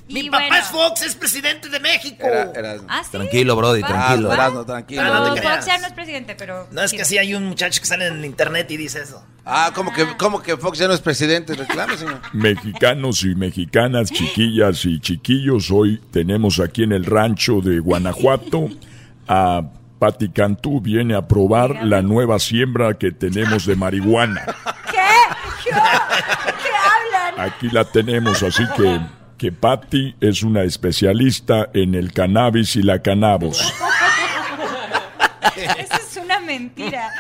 Speaker 2: Mi
Speaker 19: Y
Speaker 2: papá
Speaker 19: bueno.
Speaker 2: es Fox, es presidente de México.
Speaker 3: Era- Erasmo.
Speaker 19: Ah, sí.
Speaker 6: Tranquilo, Brody, tranquilo.
Speaker 3: Erasmo, Erasmo, tranquilo.
Speaker 19: No,
Speaker 2: no te
Speaker 19: Fox
Speaker 2: creas.
Speaker 19: ya no es presidente, pero...
Speaker 2: No, es que sí hay un muchacho que sale en el internet y dice eso.
Speaker 3: Ah, como que, como que Fox ya no es presidente, reclame, señor.
Speaker 20: Mexicanos y mexicanas, chiquillas y chiquillos, hoy tenemos aquí en el rancho de Guanajuato a Pati Cantú, viene a probar la nueva siembra que tenemos de marihuana.
Speaker 16: ¿Qué? ¿Qué hablan?
Speaker 20: Aquí la tenemos, así que, que Pati es una especialista en el cannabis y la cannabis.
Speaker 19: Eso es una mentira.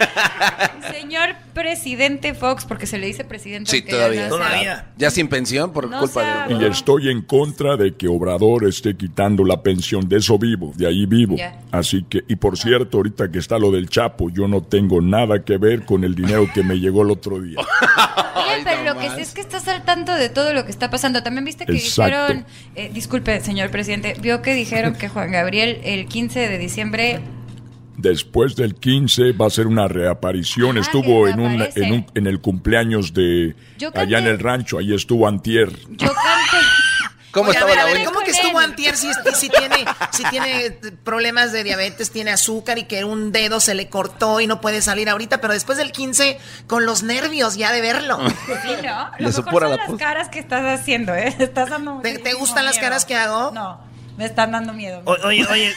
Speaker 19: Señor presidente Fox, porque se le dice presidente.
Speaker 3: Sí,
Speaker 19: aunque ya
Speaker 3: todavía.
Speaker 19: no sea-
Speaker 3: Ya sin pensión por
Speaker 19: No sea-
Speaker 3: culpa de...
Speaker 20: Y estoy en contra de que Obrador esté quitando la pensión, de eso vivo, de ahí vivo.
Speaker 19: Ya.
Speaker 20: Así que, y por cierto, ahorita que está lo del Chapo, yo no tengo nada que ver con el dinero que me llegó el otro día.
Speaker 19: Oye, pero
Speaker 20: no
Speaker 19: lo que
Speaker 20: más.
Speaker 19: sí es que estás al tanto de todo lo que está pasando. También viste que
Speaker 20: Exacto.
Speaker 19: dijeron, eh, disculpe, señor presidente, vio que dijeron que Juan Gabriel el 15 de diciembre
Speaker 20: Después del 15 va a ser una
Speaker 13: Ah,
Speaker 20: reaparición. estuvo en un,
Speaker 19: reaparece.
Speaker 20: en un- en el cumpleaños de
Speaker 19: Yo
Speaker 20: allá en el rancho, ahí estuvo Antier.
Speaker 19: yo cante.
Speaker 3: ¿Cómo
Speaker 13: Oye, a
Speaker 3: estaba
Speaker 13: ver,
Speaker 3: la
Speaker 13: a ver,
Speaker 3: abuela?
Speaker 13: ¿cómo que estuvo antier si, si tiene, si tiene problemas de diabetes, tiene azúcar y que un dedo se le cortó y no puede salir ahorita, pero después del 15 con los nervios ya de verlo?
Speaker 3: Ah.
Speaker 19: Sí, ¿no?
Speaker 3: Le
Speaker 19: Lo mejor
Speaker 3: supura
Speaker 19: son
Speaker 3: la
Speaker 19: las
Speaker 3: pus-
Speaker 19: caras que estás haciendo, ¿eh? Estás dando
Speaker 13: ¿Te, te
Speaker 19: muchísimo
Speaker 13: gustan las
Speaker 19: miedo.
Speaker 13: caras que hago?
Speaker 19: No, me están dando miedo.
Speaker 2: O- oye, oye,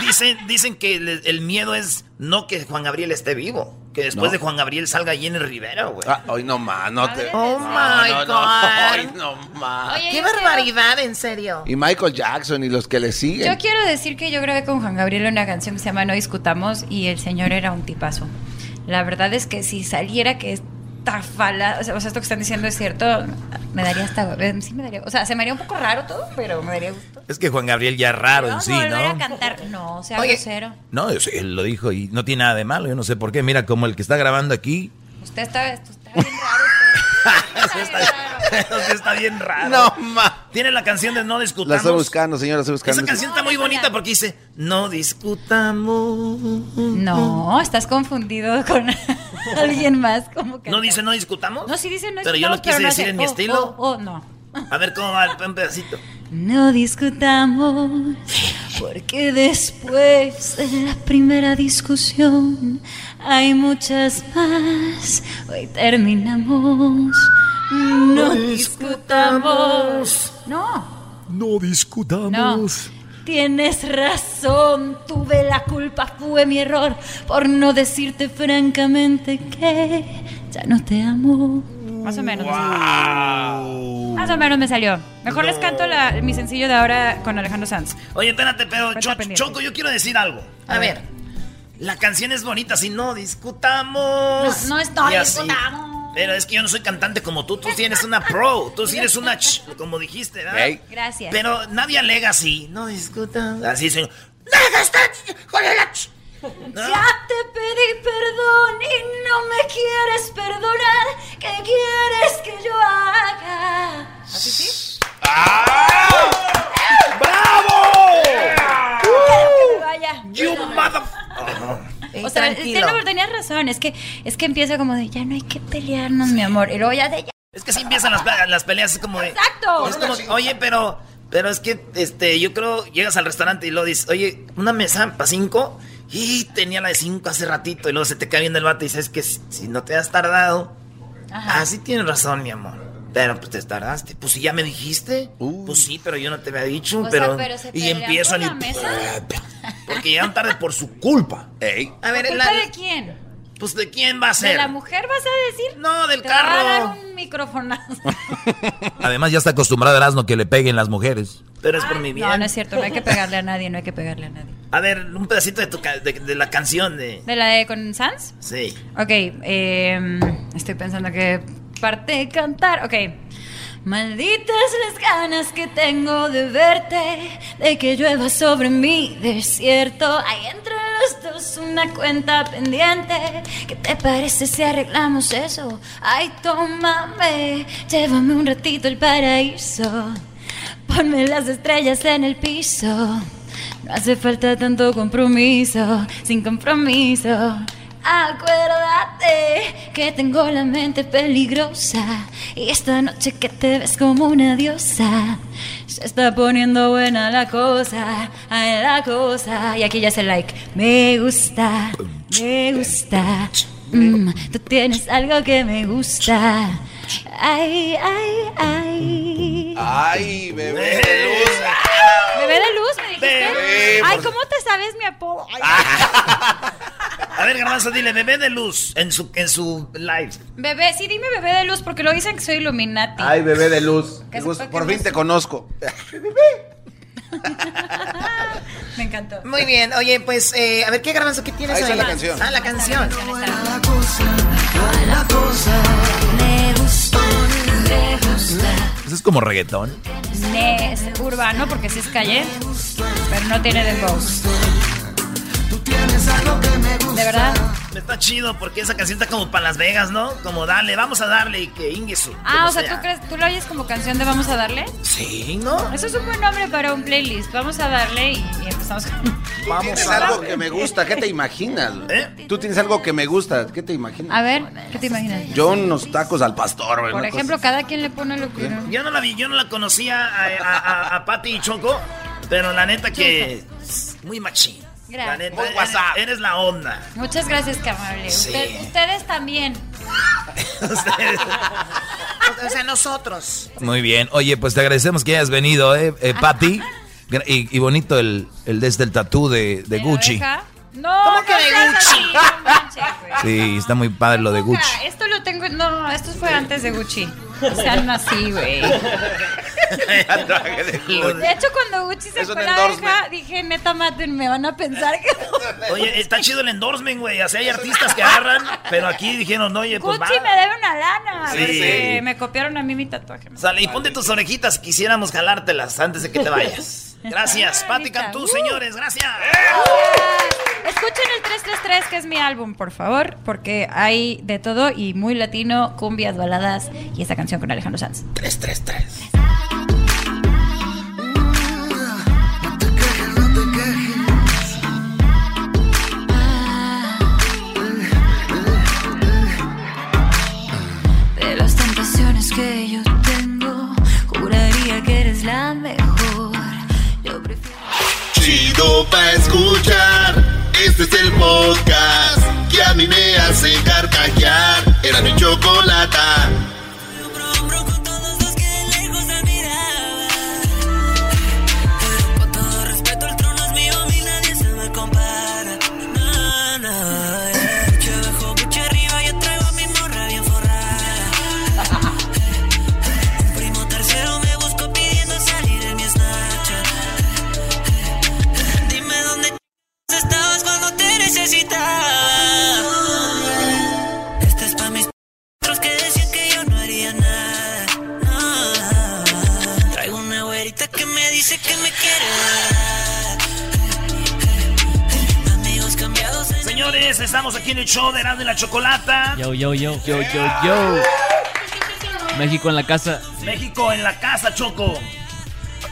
Speaker 2: dicen, dicen que le- el miedo es no que Juan Gabriel esté vivo, que después
Speaker 3: No.
Speaker 2: de Juan Gabriel salga Jenny Rivera, güey.
Speaker 3: Ah, hoy no más, no te...
Speaker 13: Oh
Speaker 3: no,
Speaker 13: my
Speaker 3: no, no,
Speaker 13: God.
Speaker 3: hoy no más.
Speaker 13: ¡Qué barbaridad, en serio!
Speaker 3: Y Michael Jackson y los que le siguen.
Speaker 19: Yo quiero decir que yo grabé con Juan Gabriel una canción que se llama No discutamos y el señor era un tipazo. La verdad es que si saliera que esta fala, o sea, o sea, esto que están diciendo es cierto, me daría hasta, eh, sí me daría, o sea, se me haría un poco raro todo, pero me daría gusto.
Speaker 6: Es que Juan Gabriel ya es raro en
Speaker 19: Vamos
Speaker 6: sí,
Speaker 19: a volver a
Speaker 6: ¿no?
Speaker 19: cantar. No, sea
Speaker 13: Oye.
Speaker 19: grosero.
Speaker 6: No, yo sé, él lo dijo y no tiene nada de malo, yo no sé por qué. Mira, como el que está grabando aquí.
Speaker 19: Usted está, usted está
Speaker 2: Eso sí está bien raro.
Speaker 3: No, ma.
Speaker 2: Tiene la canción de No
Speaker 3: La estoy
Speaker 2: Discutamos.
Speaker 3: buscando, señora, la estoy buscando.
Speaker 2: Esa canción está muy bonita porque dice No discutamos.
Speaker 19: No, estás confundido con alguien más. Como que
Speaker 2: No dice No discutamos.
Speaker 19: No, sí dice no
Speaker 2: Pero yo lo
Speaker 19: discutamos,
Speaker 2: quise
Speaker 19: no
Speaker 2: decir
Speaker 19: hace,
Speaker 2: en mi
Speaker 19: oh,
Speaker 2: estilo.
Speaker 19: Oh, oh, no.
Speaker 2: A ver cómo va el- un pedacito.
Speaker 19: No discutamos, porque después de la primera discusión hay muchas más. Hoy terminamos. No discutamos. No,
Speaker 20: No discutamos.
Speaker 19: tienes razón. Tuve la culpa, fue mi error por no decirte francamente que ya no te amo. Más o menos. Más o menos me salió. Mejor les canto la- mi sencillo de ahora con Alejandro Sanz.
Speaker 2: Oye, espérate, pero
Speaker 19: Cuenta
Speaker 2: Cho-
Speaker 19: pendiente.
Speaker 2: Choco, yo quiero decir algo.
Speaker 19: A ver.
Speaker 2: Eh. La canción es bonita, si no discutamos.
Speaker 19: No, no es no
Speaker 2: Y así.
Speaker 19: discutamos.
Speaker 2: Pero es que yo no soy cantante como tú, tú sí eres una pro, tú sí eres una ch, como dijiste, ¿verdad?
Speaker 3: Ey.
Speaker 19: Gracias.
Speaker 2: Pero nadie alega así, no discutan. Así señor.
Speaker 16: Ya te pedí perdón y no me quieres perdonar. ¿Qué quieres que yo haga? ¿Así sí?
Speaker 2: ¡Bravo!
Speaker 19: Que me vaya.
Speaker 2: You mother...
Speaker 19: O sea, eh,
Speaker 16: tranquilo.
Speaker 19: tiene- tenías razón, es que es que empieza como de ya no hay que pelearnos, mi amor, y luego ya de ya.
Speaker 2: Es que así empiezan las, pe- las peleas, es como de...
Speaker 19: Exacto.
Speaker 2: Es como, oye, pero, pero es que, este, yo creo, llegas al restaurante y lo dices, oye, una mesa para cinco, y tenía la de cinco hace ratito, y luego se te cae viendo el vato y dices que si, si no te has tardado, así tienes Ah, razón, mi amor. Pero pues te tardaste. Pues si ya me dijiste. Pues sí, pero yo no te había dicho.
Speaker 19: O sea,
Speaker 2: pero,
Speaker 19: pero se
Speaker 2: y
Speaker 19: pelearon
Speaker 2: empiezan y.
Speaker 19: por la mesa.
Speaker 2: Porque llegaron tarde por su culpa. Ey. A ver,
Speaker 19: ¿Por
Speaker 2: la-
Speaker 19: culpa de quién?
Speaker 2: pues de quién va a
Speaker 19: ¿De
Speaker 2: ser.
Speaker 19: la mujer vas a decir?
Speaker 2: No, del
Speaker 19: Va a
Speaker 2: carro.
Speaker 19: dar un microfonazo.
Speaker 2: eh.
Speaker 6: Además, ya está acostumbrado Erasmo que le peguen las mujeres.
Speaker 2: Pero es por mi bien.
Speaker 19: No, no es cierto, no hay que pegarle a nadie, no hay que pegarle a nadie.
Speaker 2: A ver, un pedacito de, tu ca- de, de la canción de.
Speaker 19: ¿De la de con Sans?
Speaker 2: Sí.
Speaker 19: Ok, em, estoy pensando que parte de cantar. Ok. Malditas las ganas que tengo de verte, de que llueva sobre mi desierto. Hay entre los dos una cuenta pendiente. ¿Qué te parece si arreglamos eso? Ay, tómame, llévame un ratito al paraíso. Ponme las estrellas en el piso. No hace falta tanto compromiso, sin compromiso. Acuérdate que tengo la mente peligrosa y esta noche que te ves como una diosa. Se está poniendo buena la cosa, ay, la cosa. Y aquí ya se like. Me gusta, me gusta. Mm, tú tienes algo que me gusta. Ay, ay, ay.
Speaker 3: Ay, bebé de luz.
Speaker 19: Bebé de luz, me dijiste.
Speaker 2: Bebé,
Speaker 19: Ay,
Speaker 2: por-
Speaker 19: ¿cómo te sabes mi apodo? Ay.
Speaker 2: Ah, A ver, Garbanzo, dile, bebé de luz en su, en su live.
Speaker 19: Bebé, sí, dime bebé de luz porque lo dicen que soy Illuminati.
Speaker 3: Ay, bebé de luz.
Speaker 19: Que
Speaker 3: Qué
Speaker 19: se
Speaker 3: gusto.
Speaker 19: toque
Speaker 3: Por
Speaker 19: más.
Speaker 3: fin te conozco.
Speaker 19: Me encantó.
Speaker 13: Muy bien, oye, pues, eh, a ver, ¿qué garbanzo que tienes
Speaker 3: Ahí está
Speaker 13: ahí?
Speaker 3: la canción.
Speaker 13: Ah, la canción.
Speaker 19: Me gusta, me gusta.
Speaker 6: Eso es como reggaetón.
Speaker 19: Es urbano porque sí es calle, pero no tiene dembow. De verdad.
Speaker 2: Está chido porque esa canción está como para Las Vegas, ¿no? Como dale, vamos a darle y que Ingesu.
Speaker 19: Ah, o sea, ¿tú crees, tú lo oyes como canción de Vamos a darle?
Speaker 2: Sí, ¿no?
Speaker 19: Eso es un buen nombre para un playlist. Vamos a darle y, y empezamos con...
Speaker 3: Tienes algo que me gusta. ¿Qué te imaginas? Tú tienes algo que me gusta. ¿Qué te imaginas?
Speaker 19: A ver, ¿qué te imaginas?
Speaker 3: Yo unos tacos al pastor. güey,
Speaker 19: Por
Speaker 3: una cosa-
Speaker 19: ejemplo, cada quien le pone lo que...
Speaker 2: Yo no la vi, yo no la conocía a, a, a- a Patty y Choco, pero la neta que es muy machín. La
Speaker 19: Gracias.
Speaker 2: neta, eres, eres la onda.
Speaker 19: Muchas gracias, qué amable.
Speaker 2: Sí.
Speaker 19: Usted- ustedes también.
Speaker 13: O sea, nosotros.
Speaker 6: Muy bien. Oye, pues te agradecemos que hayas venido, ¿eh, eh, Patty? Gra- Y, y bonito el, el desde el tatú de, de Gucci.
Speaker 19: No,
Speaker 13: ¿Cómo que
Speaker 19: no
Speaker 13: de
Speaker 19: seas
Speaker 13: Gucci?
Speaker 19: así, no manches, güey.
Speaker 6: Sí, está muy padre lo de Gucci.
Speaker 19: Ah, Esto lo tengo. No, esto fue antes de Gucci. O sea, no así, güey. De hecho, cuando Gucci se
Speaker 2: Es un
Speaker 19: fue la
Speaker 2: endorsement.
Speaker 19: verga, dije, neta, maten, me van a pensar que.
Speaker 2: Oye, está chido el endorsement, güey. Así hay artistas que agarran, pero aquí dijeron, oye, pues va.
Speaker 19: Gucci me debe una lana.
Speaker 2: Sí.
Speaker 19: porque
Speaker 2: Sí.
Speaker 19: me copiaron a mí mi tatuaje.
Speaker 2: Sale y ponte tus orejitas, quisiéramos jalártelas antes de que te vayas. Gracias, Patty
Speaker 19: Ah,
Speaker 2: Cantú,
Speaker 19: uh.
Speaker 2: señores, gracias.
Speaker 19: Escuchen el 333, que es mi álbum, por favor, porque hay de todo y muy latino, cumbias, baladas y esta canción con Alejandro Sanz.
Speaker 2: 333.
Speaker 16: De las tentaciones que yo tengo, juraría que eres la mejor. Yo prefiero.
Speaker 1: Chido pa' escuchar. Este es el podcast que a mí me hace carcajear. Era mi chocolate.
Speaker 21: respeto, el trono es mío, a mí nadie se me compara. Na, na, eh. Buche abajo, buche arriba, yo traigo a mi morra bien forrada. Un primo tercero me busco pidiendo salir en mi Snapchat. Dime dónde ch- estabas cuando te necesitaba. Este es pa' mis otros que decían que yo no haría nada. No. Traigo una güerita que me dice que me quiere dar. Amigos cambiados en
Speaker 2: Señores, estamos aquí en el show de Erasmo y la Chocolata.
Speaker 22: Yo, yo, yo, yo, yo, yo. México en la casa.
Speaker 2: México en la casa, Choco.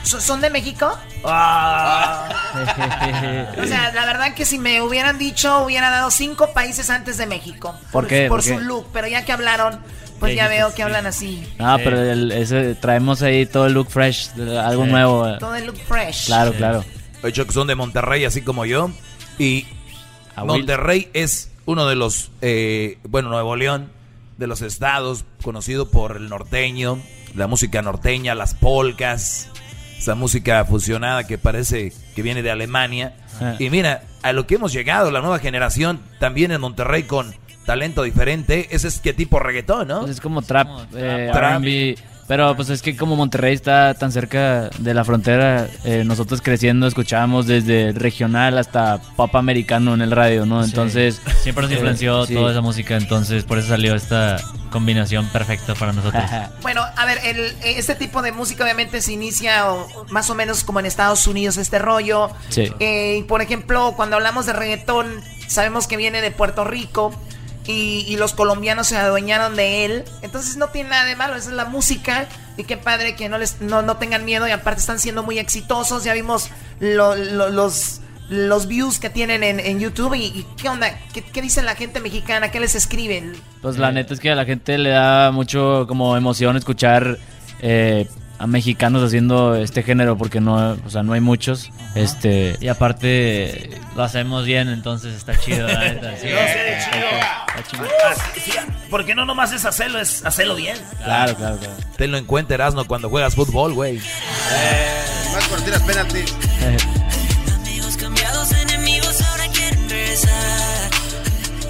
Speaker 13: ¿So- ¿Son de México?
Speaker 2: Ah.
Speaker 4: Ah,
Speaker 13: O sea, la verdad que si me hubieran dicho, hubiera dado cinco países antes de México.
Speaker 22: ¿Por qué?
Speaker 13: Por
Speaker 22: ¿Por
Speaker 13: su
Speaker 22: qué?
Speaker 13: look, pero ya que hablaron, pues
Speaker 22: Sí,
Speaker 13: ya
Speaker 22: sí,
Speaker 13: veo
Speaker 22: sí.
Speaker 13: que hablan así.
Speaker 22: Ah, pero el- ese, traemos ahí todo el look fresh, de- algo
Speaker 6: Sí.
Speaker 22: nuevo. eh.
Speaker 13: Todo el look fresh.
Speaker 22: Claro, claro.
Speaker 6: Oye, Choco, son de Monterrey, así como yo. Y
Speaker 22: Will.
Speaker 6: Monterrey es uno de los, eh, bueno, Nuevo León, de los estados conocido por el norteño, la música norteña, las polcas, esa música fusionada que parece que viene de Alemania.
Speaker 8: Ah.
Speaker 6: Y mira, a lo que hemos llegado, la nueva generación, también en Monterrey con talento diferente, ese es que tipo reggaetón, ¿no?
Speaker 8: Es como trap, eh,
Speaker 6: Trap.
Speaker 8: R&B. Pero pues es que como Monterrey está tan cerca de la frontera, eh, nosotros creciendo escuchábamos desde regional hasta pop americano en el radio, ¿no?
Speaker 4: Sí.
Speaker 8: Entonces...
Speaker 4: Siempre nos
Speaker 8: eh,
Speaker 4: influenció
Speaker 8: sí.
Speaker 4: toda esa música, entonces por eso salió esta combinación perfecta para nosotros.
Speaker 13: Bueno, a ver, el, eh, este tipo de música obviamente se inicia o- o más o menos como en Estados Unidos este rollo.
Speaker 4: Sí.
Speaker 13: Eh, y por ejemplo, cuando hablamos de reggaetón, sabemos que viene de Puerto Rico y, y los colombianos se adueñaron de él. Entonces no tiene nada de malo, esa es la música. Y qué padre que no, les, no, no tengan miedo y aparte están siendo muy exitosos. Ya vimos lo- lo- los, los views que tienen en, en YouTube. Y, y qué onda? ¿Qué, ¿Qué dice la gente mexicana? ¿Qué les escriben?
Speaker 8: Pues
Speaker 4: Eh.
Speaker 8: la neta es que a la gente le da mucho como emoción escuchar eh, a mexicanos haciendo este género porque no, o sea, no hay muchos. Este
Speaker 4: Y aparte lo hacemos bien, entonces está chido, la neta. sí.
Speaker 2: No sé, chido.
Speaker 8: Ah,
Speaker 4: Está chido.
Speaker 6: Ah,
Speaker 2: Sí, porque no nomás es hacerlo, es hacerlo bien.
Speaker 6: Claro, claro, claro. Tenlo en cuenta, Erasmo, cuando juegas fútbol, güey.
Speaker 3: Más cortinas, penalti.
Speaker 21: Amigos cambiados, enemigos ahora quieren regresar.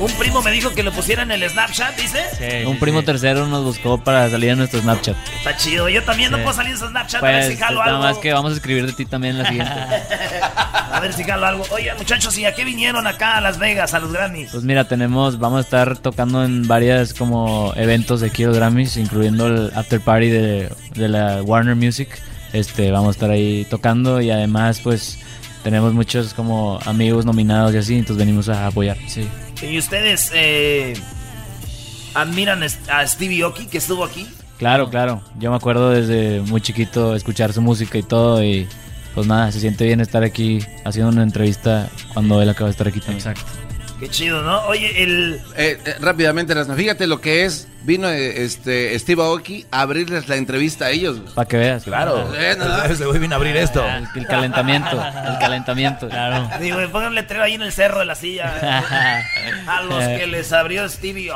Speaker 2: Un primo me dijo que lo pusieran en el Snapchat, dice.
Speaker 8: un primo tercero nos buscó para salir en nuestro Snapchat.
Speaker 2: Está chido. Yo también no
Speaker 8: Sí.
Speaker 2: puedo salir de Snapchat. a ver
Speaker 8: Pues
Speaker 2: si jalo
Speaker 8: nada
Speaker 2: algo.
Speaker 8: más que vamos a escribir de ti también la siguiente.
Speaker 2: A ver si jalo algo. Oye, muchachos, ¿y a qué vinieron acá a Las Vegas, a los Grammys?
Speaker 8: Pues mira, tenemos, vamos a estar tocando en varias como eventos de aquí de los Grammys, incluyendo el after party de, de la Warner Music. Este, vamos a estar ahí tocando y además pues tenemos muchos como amigos nominados y así, entonces venimos a apoyar. Sí.
Speaker 2: ¿Y ustedes eh, admiran est- a Stevie Oki, que estuvo aquí?
Speaker 8: Claro, claro. Yo me acuerdo desde muy chiquito escuchar su música y todo y pues nada, se siente bien estar aquí haciendo una entrevista cuando él acaba de estar aquí también. Exacto.
Speaker 2: Qué chido, ¿no? Oye, el...
Speaker 3: Eh, eh, rápidamente, Erasmo, fíjate lo que es. Vino eh, este Steve Aoki a abrirles la entrevista a ellos.
Speaker 8: Para que veas.
Speaker 3: Claro.
Speaker 6: Ese güey vino a abrir esto.
Speaker 8: El, el calentamiento, el calentamiento. Claro.
Speaker 2: Digo, pongan un letrero ahí en el cerro de la silla. a los que les abrió Stevie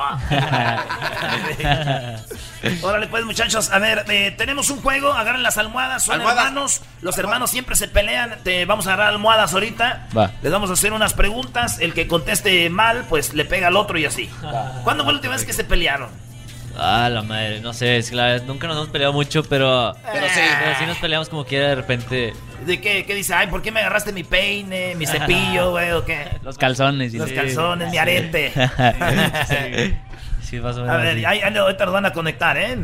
Speaker 2: Oki. Órale, pues, muchachos. A ver, eh, tenemos un juego. Agarren las almohadas. Son hermanos. Los hermanos siempre se pelean. Te vamos a agarrar almohadas ahorita.
Speaker 8: Va.
Speaker 2: Les vamos a hacer unas preguntas. El que conteste mal, pues le pega al otro y así. ¿Cuándo fue la última vez que se pelearon?
Speaker 4: Ah, la madre, no sé, es que la verdad, nunca nos hemos peleado mucho, pero, pero, sí. nos peleamos como quiera de repente.
Speaker 2: ¿De qué? ¿Qué dice? Ay, ¿por qué me agarraste mi peine, mi cepillo, güey, o qué?
Speaker 8: Los calzones. y
Speaker 2: Los
Speaker 8: la-
Speaker 2: calzones, mi
Speaker 4: Sí.
Speaker 2: arete.
Speaker 4: Sí. Sí, más o menos
Speaker 2: A ver,
Speaker 4: así.
Speaker 2: ahí, ahí ahorita los van a conectar, ¿eh?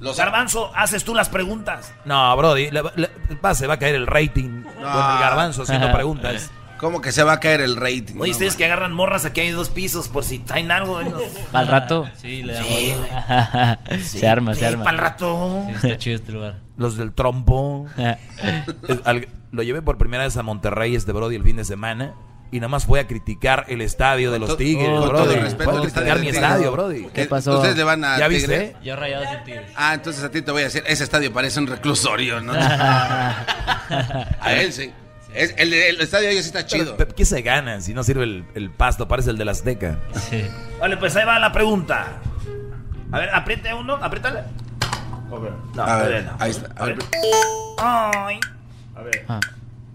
Speaker 2: Los Garbanzo, haces tú las preguntas.
Speaker 6: No, Brody, le- le- va- se va a caer el rating con el garbanzo haciendo preguntas.
Speaker 3: Ah. ¿Cómo que se va a caer el rating?
Speaker 2: Oye, ustedes que agarran morras, aquí hay dos pisos por si traen algo. ¿eh?
Speaker 8: Al rato.
Speaker 4: Sí, le damos.
Speaker 2: Sí, güey.
Speaker 8: se arma, se
Speaker 2: Sí,
Speaker 8: arma.
Speaker 2: Para el rato.
Speaker 4: Sí, está chido este lugar.
Speaker 6: Los del trompo. Es- al- lo llevé por primera vez a Monterrey este Brody el fin de semana. Y nada más fue a criticar el estadio de los Tigres,
Speaker 3: con todo
Speaker 6: Brody.
Speaker 3: el respeto,
Speaker 6: Fue a
Speaker 3: el estadio
Speaker 6: criticar
Speaker 3: de
Speaker 6: mi
Speaker 3: Tigres.
Speaker 6: estadio, Brody.
Speaker 3: ¿Qué pasó? Ustedes le van a
Speaker 6: ¿Ya
Speaker 3: Tigres?
Speaker 6: viste?
Speaker 4: Yo rayados en Tigres.
Speaker 3: Ah, entonces a ti te voy a decir, ese estadio parece un reclusorio, ¿no? a él sí. Es- el, el estadio de ellos sí está
Speaker 6: Pero,
Speaker 3: chido.
Speaker 6: pero, ¿Qué se gana si no sirve el, el pasto? Parece el del Azteca.
Speaker 2: Vale, pues ahí va la pregunta. A ver, apriete uno, apriétale. No,
Speaker 3: a ver,
Speaker 2: todavía no.
Speaker 3: ahí está. A ver,
Speaker 2: Ay.
Speaker 15: A ver.
Speaker 6: Ah.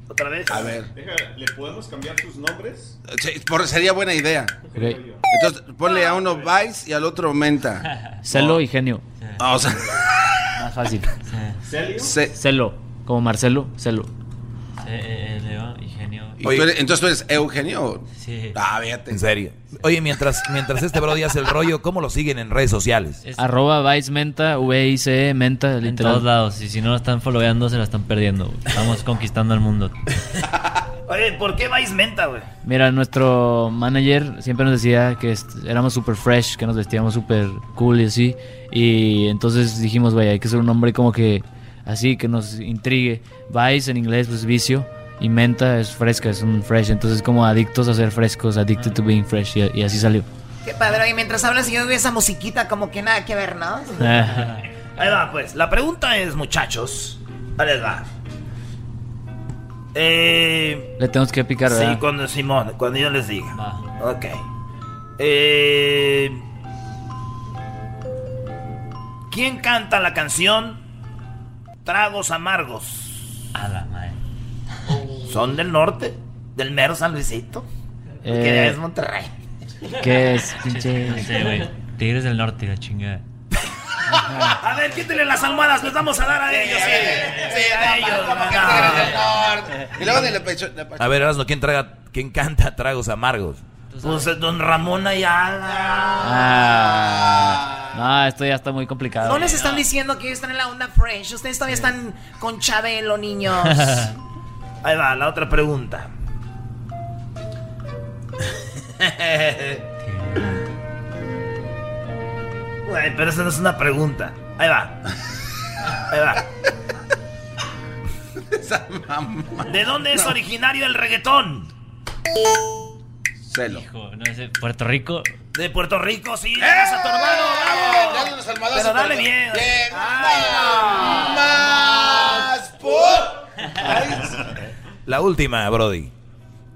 Speaker 2: Otra vez.
Speaker 3: A ver.
Speaker 15: Deja, ¿Le podemos cambiar tus nombres?
Speaker 3: sí, por- sería buena idea. Entonces, ponle a uno Vice y al otro Menta.
Speaker 8: Celo y genio.
Speaker 3: Ah, o sea,
Speaker 8: Más fácil.
Speaker 3: ¿Celio? Ce-
Speaker 8: Celo. Como Marcelo, Celo.
Speaker 4: Sí, eh, eh, Leo y genio.
Speaker 3: ¿y tú eres- entonces tú eres Eugenio.
Speaker 4: Sí.
Speaker 3: Ah, fíjate.
Speaker 6: En serio. Oye, mientras, mientras este Brody hace el rollo, ¿cómo lo siguen en redes sociales?
Speaker 8: Arroba Vice Menta, V-I-C-E, E, Menta,
Speaker 4: En
Speaker 8: literal.
Speaker 4: todos lados, y si no lo están followeando, se la están perdiendo. güey. Estamos conquistando el mundo.
Speaker 2: Oye, ¿por qué vais menta, güey?
Speaker 8: Mira, nuestro manager siempre nos decía que est- éramos super fresh, que nos vestíamos super cool y así. Y entonces dijimos, güey, hay que ser un hombre como que así, que nos intrigue. Vice en inglés pues vicio y menta es fresca, es un fresh. Entonces como adictos a ser frescos, addicted to being fresh y, y así salió.
Speaker 13: Qué padre. Y mientras hablas y yo veo esa musiquita como que nada que ver, ¿no?
Speaker 2: Ahí va, pues. La pregunta es, muchachos. Ahí les va. Eh,
Speaker 8: Le tenemos que picar, ¿verdad?
Speaker 2: sí, cuando Simón, cuando yo les diga. Ok. Eh, ¿Quién canta la canción Tragos Amargos?
Speaker 4: A la madre.
Speaker 2: Son del norte, del mero San Luisito. que
Speaker 4: Eh,
Speaker 2: es Monterrey.
Speaker 8: ¿Qué es, pinche?
Speaker 4: No sé, güey. Tigres del Norte, la chingada.
Speaker 2: A ver, quítenle las almohadas, les vamos a dar a ellos. Sí, sí, a ellos.
Speaker 3: Y luego de la pecho- la
Speaker 6: A ver, Erasmo, ¿quién, traga, ¿quién canta tragos amargos?
Speaker 2: Pues eh, don Ramón Ayala.
Speaker 8: Ah, no, esto Ah, ya está muy complicado.
Speaker 13: No les están diciendo que ellos están en la onda fresh. Ustedes todavía están con Chabelo, niños.
Speaker 2: Ahí va, la otra pregunta. Güey, pero esa no es una pregunta. Ahí va. Ahí va. ¿De dónde es originario el reggaetón?
Speaker 3: Celo.
Speaker 4: Hijo, no sé, Puerto Rico.
Speaker 2: De Puerto Rico, sí. le das a tu hermano, bravo.
Speaker 3: ¡Eh! Dale unas almohadas
Speaker 2: Pero
Speaker 3: a tu
Speaker 2: dale Ah.
Speaker 3: hermano.
Speaker 2: bien.
Speaker 3: Bien.
Speaker 2: Ay,
Speaker 3: Más por.
Speaker 6: La última, Brody.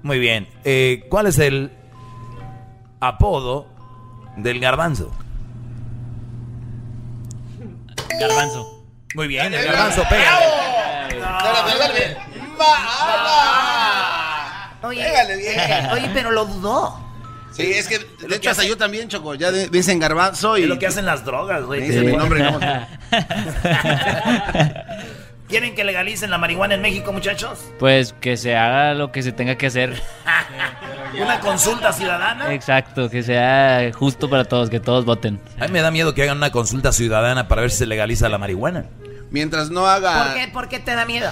Speaker 6: Muy bien. Eh, ¿Cuál es el apodo del garbanzo?
Speaker 4: Garbanzo.
Speaker 6: Muy bien, el garbanzo pega.
Speaker 13: Oye,
Speaker 3: Pégale bien.
Speaker 13: oye, pero lo dudó.
Speaker 3: Sí, es que de hecho hasta yo también, Choco. Ya de- dicen garbanzo y.
Speaker 2: Es lo que hacen las drogas, güey.
Speaker 3: Me dicen mi nombre y no.
Speaker 2: ¿Quieren que legalicen la marihuana en México, muchachos?
Speaker 8: Pues que se haga lo que se tenga que hacer.
Speaker 2: Una consulta ciudadana.
Speaker 8: Exacto, que sea justo para todos, que todos voten.
Speaker 6: A mí me da miedo que hagan una consulta ciudadana para ver si se legaliza la marihuana.
Speaker 3: Mientras no haga.
Speaker 13: ¿Por qué, ¿Por qué te da miedo?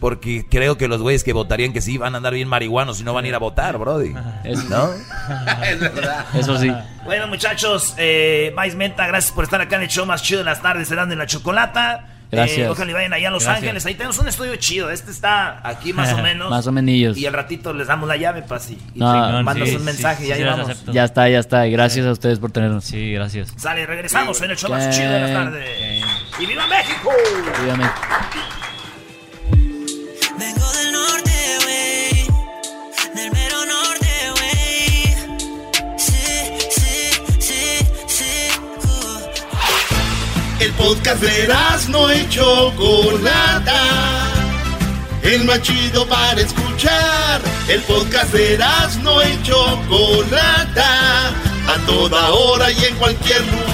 Speaker 6: Porque creo que los güeyes que votarían que sí van a andar bien marihuanos y Pues no van a ir a votar, Brody. ¿No?
Speaker 3: es verdad.
Speaker 8: Eso sí.
Speaker 2: Bueno, muchachos, eh, Vice Menta, gracias por estar acá en el show más chido de las tardes, serán de la chocolata.
Speaker 8: Gracias.
Speaker 2: Eh, ojalá y vayan allá a Los
Speaker 8: Gracias.
Speaker 2: Ángeles. Ahí tenemos un estudio chido. Este está aquí más o menos.
Speaker 8: Más o menillos.
Speaker 2: Y al ratito les damos la llave, Pasi. Y
Speaker 8: No,
Speaker 2: te mandas
Speaker 8: sí,
Speaker 2: un
Speaker 8: sí,
Speaker 2: mensaje
Speaker 8: sí,
Speaker 2: y ahí
Speaker 8: sí, las
Speaker 2: vamos.
Speaker 8: Ya está, ya está. Y gracias a ustedes por tenernos.
Speaker 4: Sí, gracias.
Speaker 2: Sale, regresamos en el show más chido de las tardes. ¡Y viva México!
Speaker 21: Vengo del norte, wey. Del mero norte, wey. Sí, sí, sí, sí.
Speaker 1: El podcast de no y Chocolata. El más chido para escuchar. El podcast de no y Chocolata. A toda hora y en cualquier lugar.